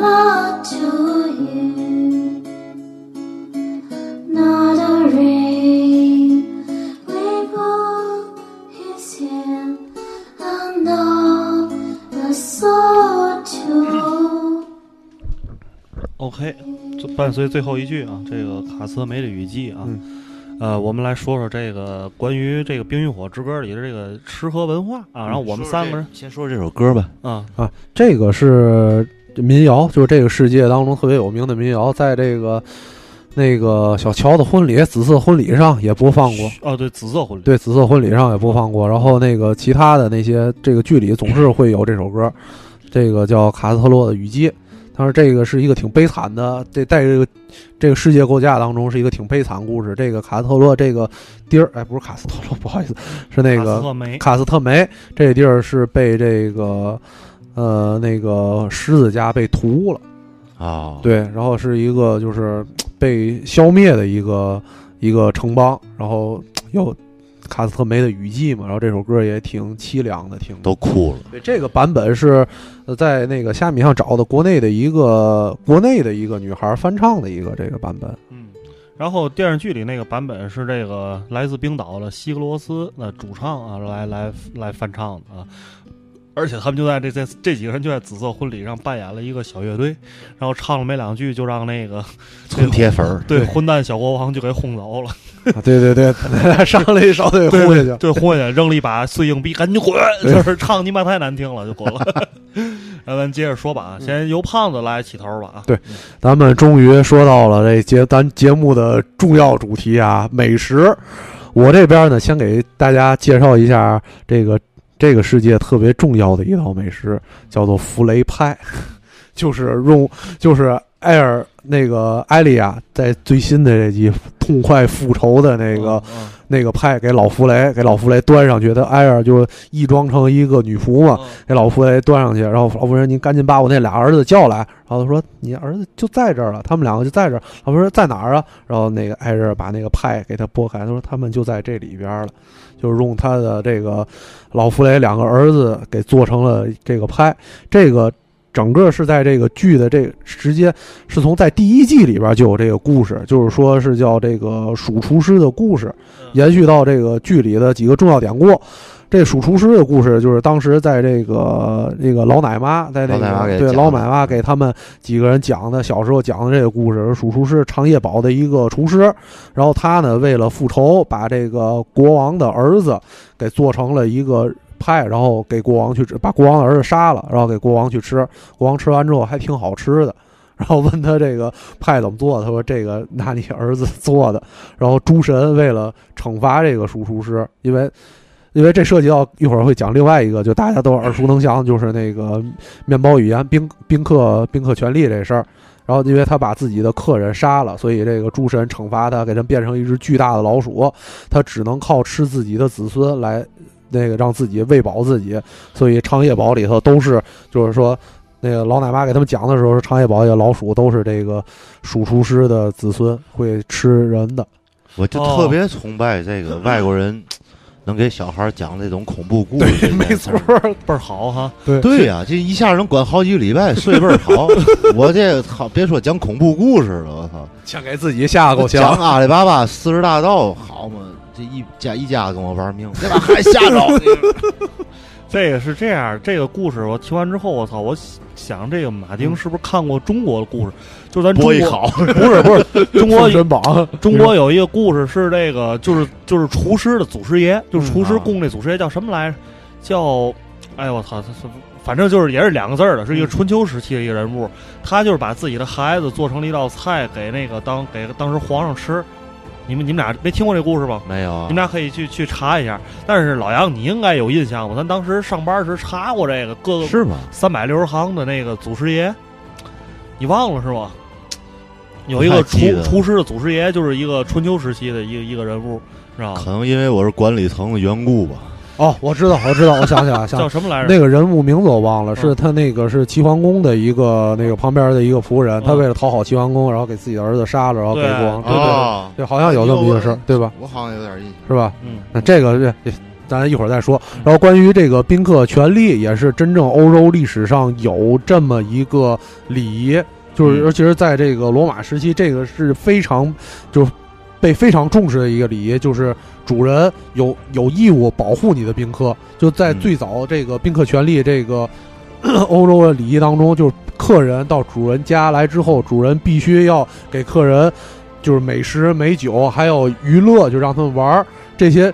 Speaker 5: lot to hear. Not a rain, we pull his hand, and all the soul to.
Speaker 1: OK，这伴随最后一句啊，这个卡斯特梅的雨季啊，
Speaker 2: 嗯
Speaker 1: 呃，我们来说说这个关于这个《冰与火之歌》里的这个吃喝文化
Speaker 2: 嗯
Speaker 1: 啊。然后我们三个人
Speaker 3: 先说这首歌吧，
Speaker 1: 啊，
Speaker 2: 啊，这个是民谣，就是这个世界当中特别有名的民谣，在这个那个小乔的婚礼、紫色婚礼上也播放过。
Speaker 1: 哦，对，紫色婚礼，
Speaker 2: 对，紫色婚礼上也播放过。然后那个其他的那些这个剧里总是会有这首歌，这个叫卡斯特洛的雨季。但是这个是一个挺悲惨的，这在这个这个世界构架当中是一个挺悲惨故事。这个卡斯特洛这个地儿，哎，不是卡斯特洛，不好意思，是那
Speaker 1: 卡
Speaker 2: 个
Speaker 1: 斯特啊梅
Speaker 2: 卡斯特梅这地儿是被这个呃那个狮子家被屠了，
Speaker 3: 啊，，
Speaker 2: 对，然后是一个就是被消灭的一个一个城邦，然后有卡斯特梅的雨季嘛，然后这首歌也挺凄凉的，挺
Speaker 3: 都哭了，
Speaker 2: 对这个版本是呃在那个虾米上找的国内的一个国内的一个女孩翻唱的一个这个版本，
Speaker 1: 嗯。然后电视剧里那个版本是这个来自冰岛的西格罗斯的主唱啊，来来来翻唱的啊。而且他们就在这这这几个人就在紫色婚礼上扮演了一个小乐队，然后唱了没两句就让那 个
Speaker 3: 村铁粉儿，
Speaker 1: 对
Speaker 2: 对
Speaker 1: 混蛋小国王就给轰走 了。
Speaker 2: 啊、对对对， 上来一首对
Speaker 1: 对
Speaker 2: 呼下去了。
Speaker 1: 对，轰下去，扔了一把碎硬币，赶紧滚！就是唱你妈太难听了，就滚了。 那咱接着说吧啊，先由胖子来起头吧啊。
Speaker 2: 咱们终于说到了这节咱节目的重要主题啊，美食。我这边呢，先给大家介绍一下这个这个世界特别重要的一道美食，叫做弗雷派， 就是用就是艾尔那个艾莉亚在最新的这集《痛快复仇》的那个、
Speaker 1: 嗯
Speaker 2: 那个派给老弗雷给老弗雷端上去，他艾尔就义装成一个女仆嘛，
Speaker 1: 嗯嗯
Speaker 2: 给老夫雷端上去，然后老夫人，您赶紧把我那俩儿子叫来。然后他说：“你儿子就在这儿了，他们两个就在这儿。”老夫人说在哪儿啊？然后那个艾瑞尔把那个派给他拨开，他说：“他们就在这里边了。”就是用他的这个老弗雷两个儿子给做成了这个派，这个整个是在这个剧的这个直接是从在第一季里边就有这个故事，就是说是叫这个鼠厨师的故事，
Speaker 3: 嗯
Speaker 2: 延续到这个剧里的几个重要典故。这鼠厨师的故事就是当时在这个这个老奶妈在那
Speaker 3: 老奶妈
Speaker 2: 个
Speaker 3: 给
Speaker 2: 对
Speaker 3: 讲
Speaker 2: 老
Speaker 3: 的
Speaker 2: 奶妈给他们几个人讲的小时候讲的这个故事，鼠厨师长夜堡的一个厨师，然后他呢为了复仇，把这个国王的儿子给做成了一个派，然后给国王去吃，把国王的儿子杀了，然后给国王去吃。国王吃完之后还挺好吃的，然后问他这个派怎么做的，他说这个拿你儿子做的。然后诸神为了惩罚这个鼠厨师，因为。因为这涉及到一会儿会讲另外一个，就大家都耳熟能详，就是那个面包语言宾宾客宾客权利这事儿。然后因为他把自己的客人杀了，所以这个诸神惩罚他，给他变成一只巨大的老鼠。他只能靠吃自己的子孙来那个让自己喂饱自己，所以长夜堡里头都是就是说。那个老奶妈给他们讲的时候，长夜堡有老鼠都是这个鼠厨师的子孙，会吃人的。
Speaker 3: 我就
Speaker 1: 哦
Speaker 3: 特别崇拜这个外国人，能给小孩讲这种恐怖故事这件事儿，
Speaker 2: 没 错，
Speaker 1: 倍儿好哈。
Speaker 3: 对呀、这一下能管好几个礼拜，睡倍儿好。我这好别说讲恐怖故事了，我操！
Speaker 2: 先给自己吓 够
Speaker 3: 讲
Speaker 2: 呛。
Speaker 3: 阿里巴巴四十大 盗，好嘛，这一家一家跟我玩命，对吧？还吓着你，
Speaker 1: 这个是这样，这个故事我听完之后，我操，我想这个马丁是不是看过中国的故事？就咱中
Speaker 3: 播
Speaker 1: 国
Speaker 3: 一考，
Speaker 1: 不是不是中 国
Speaker 2: 封神榜，
Speaker 1: 中国有一个故事是这 个，就是就是厨师的祖师爷，就是厨师
Speaker 3: 啊
Speaker 1: 供这祖师爷叫什么来着？叫，哎呦我操，他他反正就是也是两个字儿的，是一个春秋时期的一个人物。他就是把自己的孩子做成了一道菜，给那个当给当时皇上吃。你们你们俩没听过这故事吧？
Speaker 3: 没有啊
Speaker 1: 你们俩可以去去查一下。但是老杨，你应该有印象吧？咱当时上班时查过这个各个
Speaker 3: 是吗？
Speaker 1: 三百六十行的那个祖师爷，你忘了是吗？有一
Speaker 3: 不
Speaker 1: 个
Speaker 3: 太
Speaker 1: 厨
Speaker 3: 记得
Speaker 1: 厨师的祖师爷，就是一个春秋时期的一个一个人物，知道
Speaker 3: 可
Speaker 1: 吧？
Speaker 3: 能因为我是管理层的缘故吧。
Speaker 2: 哦，我知道，我知道，我想起 来了，想
Speaker 1: 叫什么来着？
Speaker 2: 那个人物名字我忘了，
Speaker 1: 嗯
Speaker 2: 是他那个是齐桓公的一个那个旁边的一个仆人，他为了讨好齐桓公，然后给自己的儿子杀了，然后
Speaker 1: 嗯
Speaker 2: 给
Speaker 1: 对
Speaker 2: 国王
Speaker 1: 对
Speaker 2: 吃。
Speaker 3: 哦
Speaker 2: 对，好像有这么一个事儿，对吧？
Speaker 3: 我好像有点印象。
Speaker 2: 是吧？
Speaker 1: 嗯，
Speaker 2: 那这个这这咱一会儿再说。然后关于这个宾客权利，也是真正欧洲历史上有这么一个礼仪，就是
Speaker 3: 嗯
Speaker 2: 尤其是在这个罗马时期，这个是非常就是被非常重视的一个礼仪，就是主人有有义务保护你的宾客。就在
Speaker 3: 嗯
Speaker 2: 最早这个宾客权利这个 欧洲的礼仪当中，就是客人到主人家来之后，主人必须要给客人就是美食、美酒，还有娱乐，就让他们玩儿这些。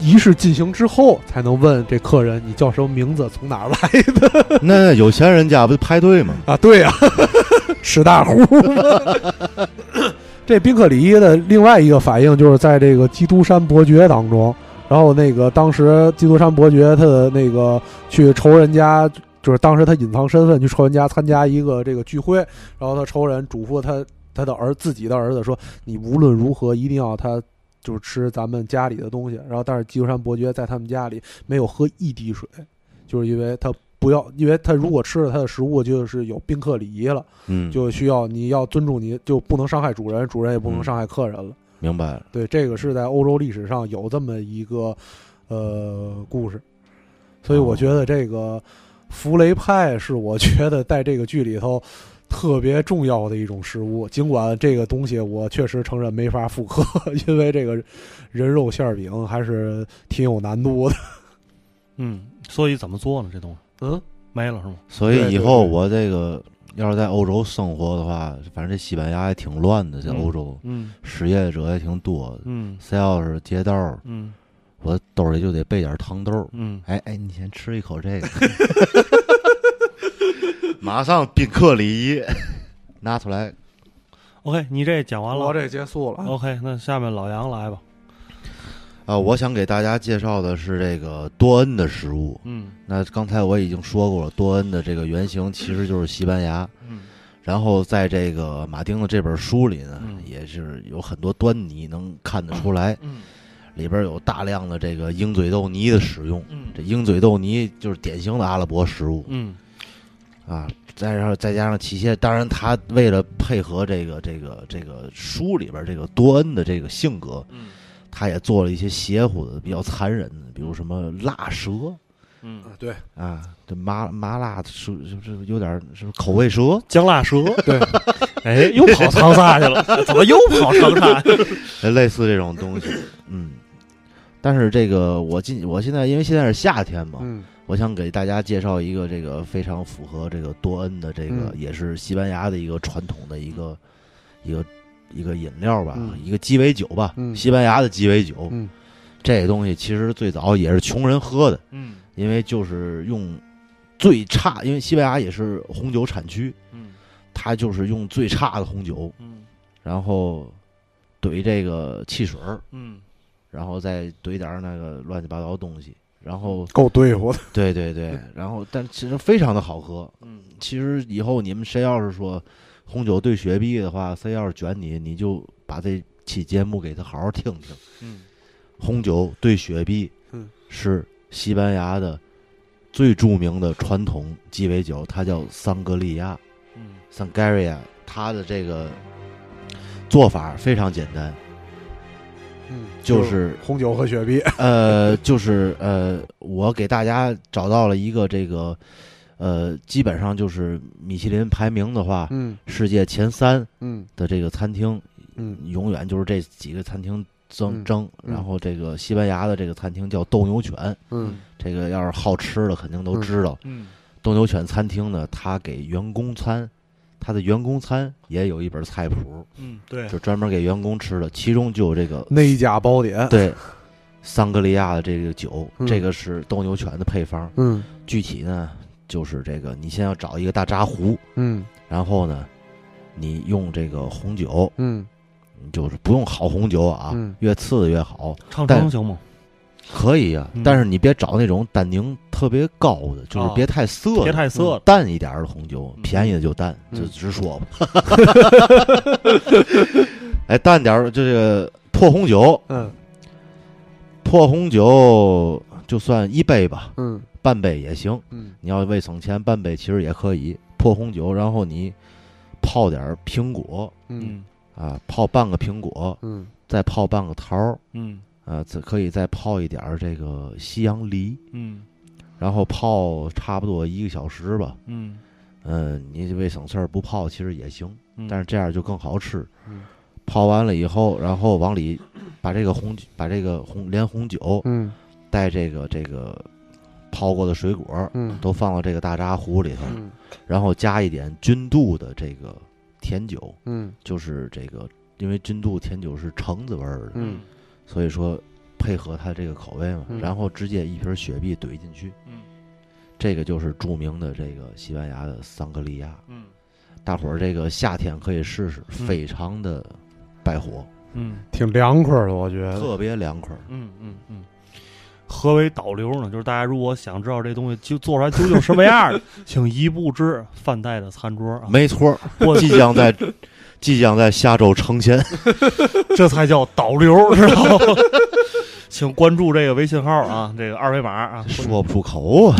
Speaker 2: 仪式进行之后，才能问这客人你叫什么名字，从哪儿来的
Speaker 3: 那有钱人家不排队吗？
Speaker 2: 啊？ 对呀、啊，史大户嘛。 这宾客礼仪的另外一个反应，就是在这个基督山伯爵当中，然后那个当时基督山伯爵他的那个去仇人家，就是当时他隐藏身份去仇人家参加一个这个聚会，然后他仇人嘱咐他他的儿自己的儿子说：“你无论如何一定要他就是吃咱们家里的东西。”然后但是基督山伯爵在他们家里没有喝一滴水，就是因为他不要，因为他如果吃了他的食物就是有宾客礼仪了，
Speaker 3: 嗯，
Speaker 2: 就需要你要尊重你，就不能伤害主人，主人也不能伤害客人了。
Speaker 3: 明白了。
Speaker 2: 对，这个是在欧洲历史上有这么一个呃故事，所以我觉得这个弗雷派是我觉得在这个剧里头特别重要的一种事物。尽管这个东西我确实承认没法复刻， 因为这个人肉馅儿饼还是挺有难度的。
Speaker 1: 嗯，所以怎么做呢？这东西
Speaker 2: 嗯，
Speaker 1: 没了是吗？
Speaker 3: 所
Speaker 2: 对
Speaker 3: 以以
Speaker 2: 对
Speaker 3: 后
Speaker 2: 对
Speaker 3: 我这个要是在欧洲生活的话，反正这西班牙也挺乱的，在
Speaker 1: 嗯
Speaker 3: 欧洲
Speaker 1: 嗯
Speaker 3: 失业者也挺多的。
Speaker 1: 嗯
Speaker 3: 谁要是劫道儿，
Speaker 1: 嗯
Speaker 3: 我兜里就得备点糖豆儿。
Speaker 1: 嗯，
Speaker 3: 哎哎，你先吃一口这个， 马上宾客礼仪拿出来。
Speaker 1: OK，你这讲完了。嗯
Speaker 2: 我这结束了。
Speaker 1: OK，那下面老杨来吧。
Speaker 3: 啊，我想给大家介绍的是这个多恩的食物。
Speaker 1: 嗯
Speaker 3: 那刚才我已经说过了，多恩的这个原型其实就是西班牙。
Speaker 1: 嗯
Speaker 3: 然后在这个马丁的这本书里呢，
Speaker 1: 嗯
Speaker 3: 也是有很多端倪能看得出来，
Speaker 1: 嗯
Speaker 3: 里边有大量的这个鹰嘴豆泥的使用。
Speaker 1: 嗯
Speaker 3: 这鹰嘴豆泥就是典型的阿拉伯食物
Speaker 1: 嗯
Speaker 3: 啊，再然后再加上器械，当然他为了配合这个这个这个书里边这个多恩的这个性格，
Speaker 1: 嗯
Speaker 3: 他也做了一些邪乎的、比较残忍的，比如什么辣蛇，
Speaker 1: 嗯，
Speaker 2: 对
Speaker 3: 啊，这麻麻辣是是不是有点儿是不是口味蛇？
Speaker 1: 姜辣蛇。
Speaker 2: 对，
Speaker 1: 哎，又跑长沙去了，怎么又跑长沙去了？
Speaker 3: 哎类似这种东西，嗯。但是这个我今我现在因为现在是夏天嘛，
Speaker 2: 嗯
Speaker 3: 我想给大家介绍一个这个非常符合这个多恩的这个、
Speaker 2: 嗯
Speaker 3: 也是西班牙的一个传统的一个一个一个饮料吧，
Speaker 2: 嗯
Speaker 3: 一个鸡尾酒吧，
Speaker 2: 嗯
Speaker 3: 西班牙的鸡尾酒。
Speaker 2: 嗯
Speaker 3: 这个东西其实最早也是穷人喝的，
Speaker 1: 嗯
Speaker 3: 因为就是用最差，因为西班牙也是红酒产区，
Speaker 1: 嗯
Speaker 3: 它就是用最差的红酒，
Speaker 1: 嗯
Speaker 3: 然后怼这个汽水儿，
Speaker 1: 嗯
Speaker 3: 然后再怼点儿那个乱七八糟的东西，然后
Speaker 2: 够对付的。
Speaker 3: 对对对，然后但其实非常的好喝。
Speaker 1: 嗯
Speaker 3: 其实以后你们谁要是说红酒兑雪碧的话，谁要是卷你，你就把这期节目给他好好听听。
Speaker 1: 嗯
Speaker 3: 红酒兑雪碧，
Speaker 2: 嗯，
Speaker 3: 是西班牙的最著名的传统鸡尾酒，它叫桑格利亚。
Speaker 1: 嗯
Speaker 3: Sangaria，它的这个做法非常简单，
Speaker 2: 嗯，
Speaker 3: 就是
Speaker 2: 红酒和雪碧。
Speaker 3: 呃，就是呃，我给大家找到了一个这个呃，基本上就是米其林排名的话，
Speaker 2: 嗯
Speaker 3: 世界前三
Speaker 2: 嗯
Speaker 3: 的这个餐厅，
Speaker 2: 嗯
Speaker 3: 永远就是这几个餐厅争
Speaker 2: 嗯
Speaker 3: 争，
Speaker 2: 嗯
Speaker 3: 然后这个西班牙的这个餐厅叫斗牛犬，
Speaker 2: 嗯
Speaker 3: 这个要是好吃的肯定都
Speaker 2: 嗯
Speaker 3: 知道。
Speaker 1: 嗯，
Speaker 3: 斗牛犬餐厅呢，它给员工餐，它的员工餐也有一本菜谱，
Speaker 1: 嗯，对，
Speaker 3: 就专门给员工吃的，其中就有这个
Speaker 2: 内家宝典，
Speaker 3: 对桑格利亚的这个酒，
Speaker 2: 嗯
Speaker 3: 这个是斗牛犬的配方。
Speaker 2: 嗯
Speaker 3: 具体呢，就是这个，你先要找一个大扎壶，
Speaker 2: 嗯
Speaker 3: 然后呢，你用这个红酒，
Speaker 2: 嗯
Speaker 3: 就是不用好红酒啊，
Speaker 2: 嗯
Speaker 3: 越次的越好，
Speaker 1: 唱
Speaker 3: 但
Speaker 1: 成行吗？
Speaker 3: 可以啊，
Speaker 1: 嗯
Speaker 3: 但是你别找那种单宁特别高的，就是
Speaker 1: 啊
Speaker 3: 别太涩的，嗯
Speaker 1: 别太涩了
Speaker 3: 淡一点儿的红酒，
Speaker 1: 嗯
Speaker 3: 便宜的就淡，
Speaker 2: 嗯
Speaker 3: 就直 说吧。 哎，淡点儿，这个破红酒，
Speaker 2: 嗯
Speaker 3: 破红酒就算一杯吧，
Speaker 2: 嗯
Speaker 3: 半杯也行。
Speaker 2: 嗯
Speaker 3: 你要为省钱，半杯其实也可以。破红酒，然后你泡点儿苹果
Speaker 2: 嗯
Speaker 1: 嗯
Speaker 3: 啊，泡半个苹果，
Speaker 2: 嗯
Speaker 3: 再泡半个桃儿
Speaker 1: 嗯
Speaker 3: 啊，再可以再泡一点儿这个西洋梨，
Speaker 1: 嗯
Speaker 3: 然后泡差不多一个小时吧。
Speaker 1: 嗯
Speaker 3: 嗯，你为省事儿不泡其实也行，
Speaker 1: 嗯，
Speaker 3: 但是这样就更好吃
Speaker 2: 嗯。
Speaker 3: 泡完了以后，然后往里把这个红酒把这个红连红酒
Speaker 2: 嗯
Speaker 3: 带这个这个泡过的水果
Speaker 2: 嗯
Speaker 3: 都放到这个大扎壶里头，
Speaker 2: 嗯
Speaker 3: 然后加一点君度的这个甜酒，
Speaker 2: 嗯
Speaker 3: 就是这个，因为君度甜酒是橙子味儿的，
Speaker 2: 嗯
Speaker 3: 所以说配合它这个口味嘛，
Speaker 2: 嗯
Speaker 3: 然后直接一瓶雪碧怼进去，
Speaker 1: 嗯
Speaker 3: 这个就是著名的这个西班牙的桑格利亚。
Speaker 1: 嗯
Speaker 3: 大伙儿这个夏天可以试试，
Speaker 2: 嗯
Speaker 3: 非常的败火，
Speaker 1: 嗯
Speaker 2: 挺凉快的，我觉得。
Speaker 3: 特别凉快儿。
Speaker 1: 嗯嗯嗯。何为导流呢？就是大家如果想知道这东西就做出来究竟什么样 的，请移步至范代的餐桌啊，
Speaker 3: 没错儿，
Speaker 1: 我
Speaker 3: 即将 在即将在下周呈现。
Speaker 1: 这才叫导流，知道吗？ 请关注这个微信号啊，这个二维码啊，
Speaker 3: 说不出口啊，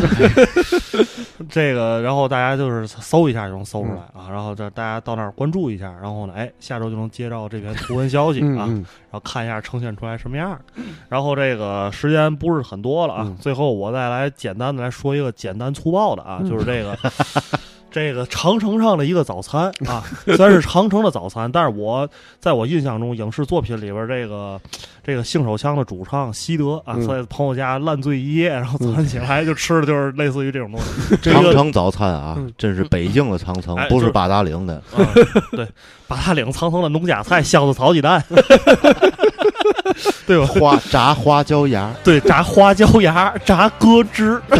Speaker 1: 这个，然后大家就是搜一下就能搜出来啊，然后这大家到那儿关注一下，然后呢，哎，下周就能接到这篇图文消息
Speaker 2: 嗯
Speaker 1: 啊，
Speaker 2: 嗯
Speaker 1: 然后看一下呈现出来什么样儿。然后这个时间不是很多了啊，
Speaker 2: 嗯
Speaker 1: 最后我再来简单的来说一个简单粗暴的啊，
Speaker 2: 嗯
Speaker 1: 就是这 个。这个长城上的一个早餐啊， 虽然是长城的早餐，但是我在我印象中影视作品里边，这个这个性手枪的主唱西德啊，
Speaker 2: 嗯
Speaker 1: 在朋友家烂醉一夜，然后早上起来就吃的就是类似于这种 东西。这一
Speaker 3: 长
Speaker 1: 个
Speaker 3: 城早餐啊
Speaker 2: 嗯，
Speaker 3: 真是北京的长城
Speaker 1: 哎，
Speaker 3: 不
Speaker 1: 就是
Speaker 3: 是八达 岭的。
Speaker 1: 啊，对，把它领藏成了农家菜、香子炒鸡 蛋，对吧？
Speaker 3: 花炸花椒芽儿，
Speaker 1: 对，炸花椒芽，炸咯吱。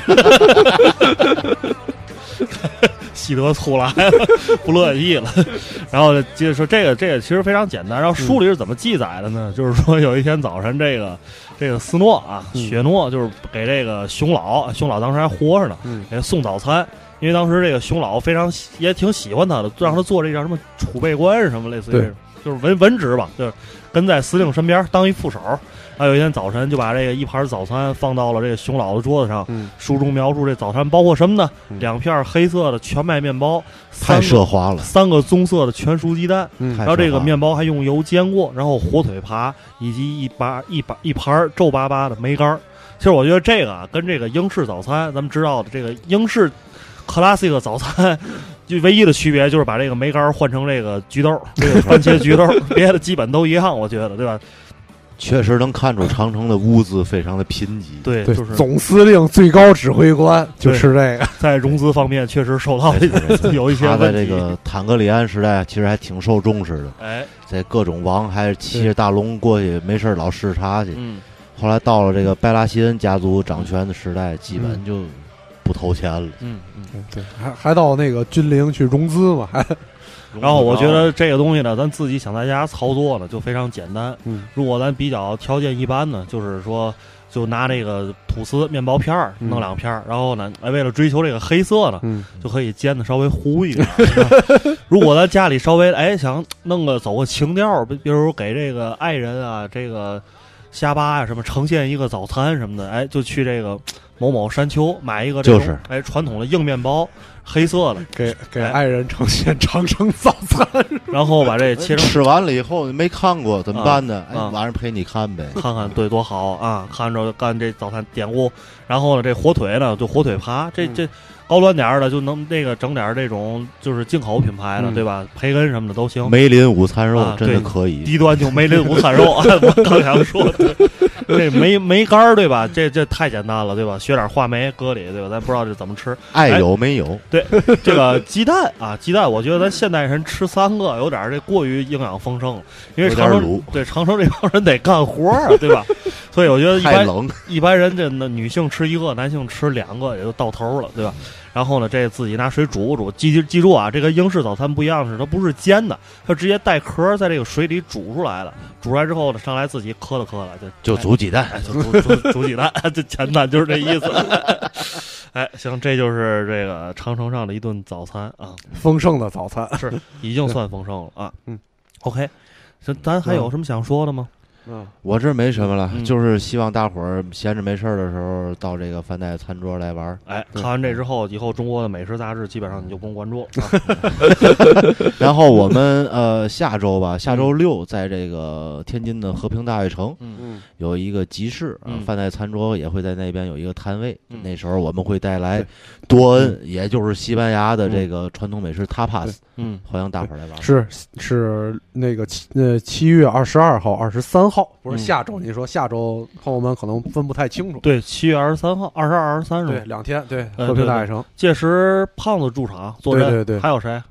Speaker 1: 喜得出来了，不乐意了。然后接着说这个，这个其实非常简单。然后书里是怎么记载的呢？就是说有一天早晨，这个这个斯诺啊，
Speaker 2: 嗯
Speaker 1: 雪诺就是给这个熊老，熊老当时还活着呢，
Speaker 2: 嗯
Speaker 1: 给他送早餐。因为当时这个熊老非常喜也挺喜欢他的，让他做这叫什么储备官什么类似于这
Speaker 2: 对
Speaker 1: 种，就是文文职吧，就是跟在司令身边当一副手。还有一天早晨就把这个一盘早餐放到了这个熊老的桌子上。
Speaker 2: 嗯
Speaker 1: 书中描述这早餐包括什么呢？
Speaker 2: 嗯
Speaker 1: 两片黑色的全麦面包，三
Speaker 3: 太
Speaker 1: 个
Speaker 3: 奢华了。
Speaker 1: 三个棕色的全熟鸡蛋，
Speaker 2: 嗯
Speaker 3: 太
Speaker 1: 然后这
Speaker 3: 奢
Speaker 1: 个
Speaker 3: 华了
Speaker 1: 面包还用油煎过，然后火腿扒以及一把一把一盘儿皱巴巴的梅干儿。其实我觉得这个啊，跟这个英式早餐，咱们知道的这个英式 classic 早餐，就唯一的区别就是把这个梅干儿换成这个菊豆儿，这个番茄菊豆儿，别的基本都一样，我觉得，对吧？
Speaker 3: 确实能看出长城的物资非常的贫瘠，
Speaker 1: 对，
Speaker 2: 对
Speaker 1: 就，是
Speaker 2: 总司令最高指挥官就吃这个。
Speaker 1: 在融资方面确实受到
Speaker 3: 没错没错
Speaker 1: 有一些
Speaker 3: 他在
Speaker 1: 问
Speaker 3: 这
Speaker 1: 题。
Speaker 3: 个坦格里安时代啊其实还挺受重视的，
Speaker 1: 哎，
Speaker 3: 在各种王还是骑着大龙过去，没事儿老视察去。
Speaker 1: 嗯，
Speaker 3: 后来到了这个拜拉希恩家族掌权的时代，基本就不投钱了。
Speaker 1: 嗯嗯。
Speaker 2: 对， 还还到那个军陵去融资嘛，还
Speaker 1: 然后我觉
Speaker 2: 哦
Speaker 1: 得这个东西呢，咱自己想在家操作呢，就非常简单。
Speaker 2: 嗯
Speaker 1: 如果咱比较条件一般呢，就是说。就拿这个吐司面包片儿
Speaker 2: 嗯
Speaker 1: 弄两片儿，然后呢，哎，为了追求这个黑色呢，
Speaker 2: 嗯
Speaker 1: 就可以煎的稍微糊一点儿。是吧 如果咱家里稍微哎想弄个走个情调儿，比比如给这个爱人啊，这个虾巴啊什么呈现一个早餐什么的，哎，就去这个某某山丘买一个这种
Speaker 3: 就是
Speaker 1: 哎传统的硬面包，黑色的，
Speaker 2: 给给
Speaker 1: 哎
Speaker 2: 爱人 呈现长城早餐。
Speaker 1: 然后把这切成
Speaker 3: 吃完了以后没看过怎么办呢？哎，
Speaker 1: 啊
Speaker 3: 晚上陪你看呗。
Speaker 1: 看看对多
Speaker 3: 嗯
Speaker 1: 好啊！看着干这早餐典故，然后呢，这火腿呢就火腿扒，这
Speaker 2: 嗯
Speaker 1: 这高端点儿的就能那个整点儿这种就是进口品牌的，
Speaker 2: 嗯
Speaker 1: 对吧？培根什么的都行。
Speaker 3: 梅林午餐肉
Speaker 1: 啊
Speaker 3: 真的
Speaker 1: 对
Speaker 3: 可以，
Speaker 1: 低端就梅林午餐肉，啊 我刚想说，对这梅梅干儿对吧？这这太简单了对吧？学点话梅搁里对吧？咱不知道这怎么吃。
Speaker 3: 爱有没有？
Speaker 1: 这个鸡蛋啊，鸡蛋，我觉得咱现代人吃三个有点儿这过于营养丰盛了，因为
Speaker 3: 有点
Speaker 1: 长
Speaker 3: 儿
Speaker 1: 城
Speaker 3: 鲁
Speaker 1: 对长城这帮人得干活儿啊，对吧？所以我觉哎得一
Speaker 3: 太
Speaker 1: 般
Speaker 3: 冷，
Speaker 1: 一般人这那女性吃一个，男性吃两个也就到头了，对吧？然后呢，这自己拿水煮煮，记记住啊，这个英式早餐不一样的是，它不是煎的，它直接带壳儿在这个水里煮出来的，煮出来之后呢，上来自己磕了磕了，就
Speaker 3: 就煮鸡蛋。
Speaker 1: 哎，就煮煮 煮鸡蛋，这简单就是这意思。 哎，行，这就是这个长城上的一顿早餐啊，
Speaker 2: 丰盛的早餐。
Speaker 1: 是已经算丰盛了啊。
Speaker 2: 嗯
Speaker 1: ，OK，行，咱还有什么想说的吗？
Speaker 2: 嗯，
Speaker 3: 我这没什么了，
Speaker 1: 嗯
Speaker 3: 就是希望大伙儿闲着没事儿的时候到这个饭代餐桌来玩儿。
Speaker 1: 哎，看完这之后，以后中国的美食杂志基本上你就不用关注了啊。
Speaker 3: 然后我们呃下周
Speaker 1: 嗯
Speaker 3: 吧，下周六在这个天津的和平大悦城
Speaker 2: 嗯
Speaker 3: 有一个集市，啊
Speaker 1: 嗯
Speaker 3: 饭代餐桌也会在那边有一个摊位。
Speaker 1: 嗯
Speaker 3: 那时候我们会带来多恩，也就是西班牙的这个传统美食 tapas，
Speaker 1: 嗯，
Speaker 3: 欢迎大伙儿来玩儿。
Speaker 2: 是是那个七呃七月二十二号、二十三号，不是
Speaker 1: 嗯
Speaker 2: 下周。你说下周，朋友们可能分不太清楚。
Speaker 1: 对，七月二十三号、二十二、二十三是
Speaker 2: 对，
Speaker 1: 吧？
Speaker 2: 两天，对，
Speaker 1: 呃
Speaker 2: 和平大悦城，
Speaker 1: 届时胖子驻场坐镇，
Speaker 2: 对对对
Speaker 1: 还有谁？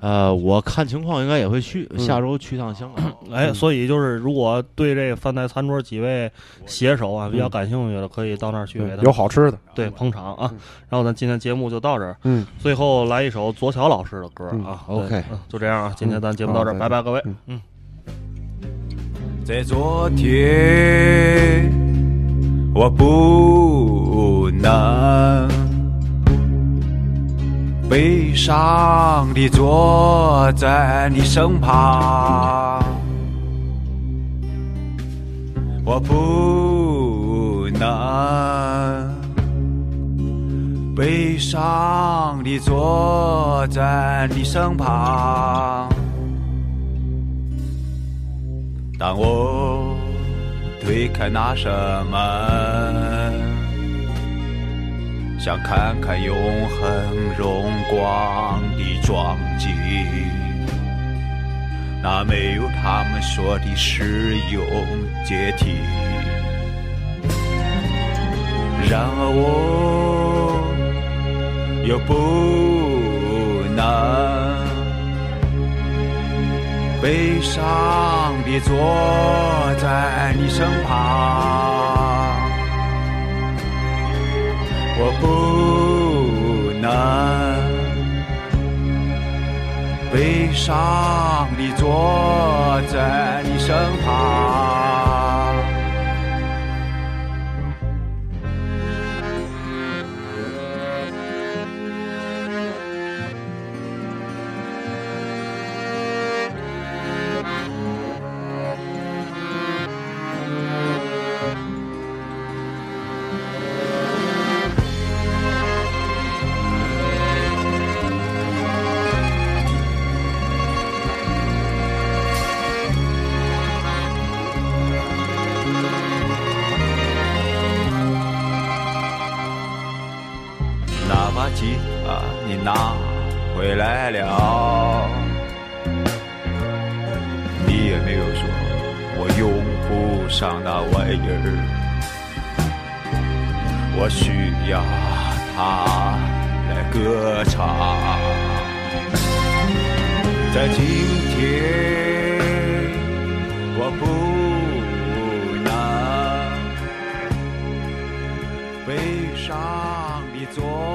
Speaker 3: 呃，我看情况应该也会去，
Speaker 2: 嗯
Speaker 3: 下周去趟香港。
Speaker 1: 哎，
Speaker 2: 嗯
Speaker 1: 所以就是如果对这饭菜餐桌几位携手啊比较感兴趣的，可以到那儿去给
Speaker 2: 嗯对
Speaker 1: 他
Speaker 2: 嗯有好吃的。
Speaker 1: 对捧场啊
Speaker 2: 嗯。
Speaker 1: 然后咱今天节目就到这儿，
Speaker 2: 嗯，
Speaker 1: 最后来一首左乔老师的歌啊。
Speaker 3: 嗯
Speaker 1: 对
Speaker 3: OK
Speaker 1: 嗯就这样啊，今天咱节目到这儿，
Speaker 2: 嗯好
Speaker 1: 拜拜各位。
Speaker 2: 嗯
Speaker 1: 嗯。
Speaker 6: 在昨天，我不能悲伤地坐在你身旁，我不能悲伤地坐在你身旁。当我推开那扇门，想看看永恒荣光的壮景，那没有他们说的石勇阶梯。然而我又不能。悲伤地坐在你身旁，我不能悲伤地坐在你身旁。那把吉他啊你拿回来了，你也没有说我用不上那玩意儿，我需要它来歌唱。在今天，我不能悲伤地坐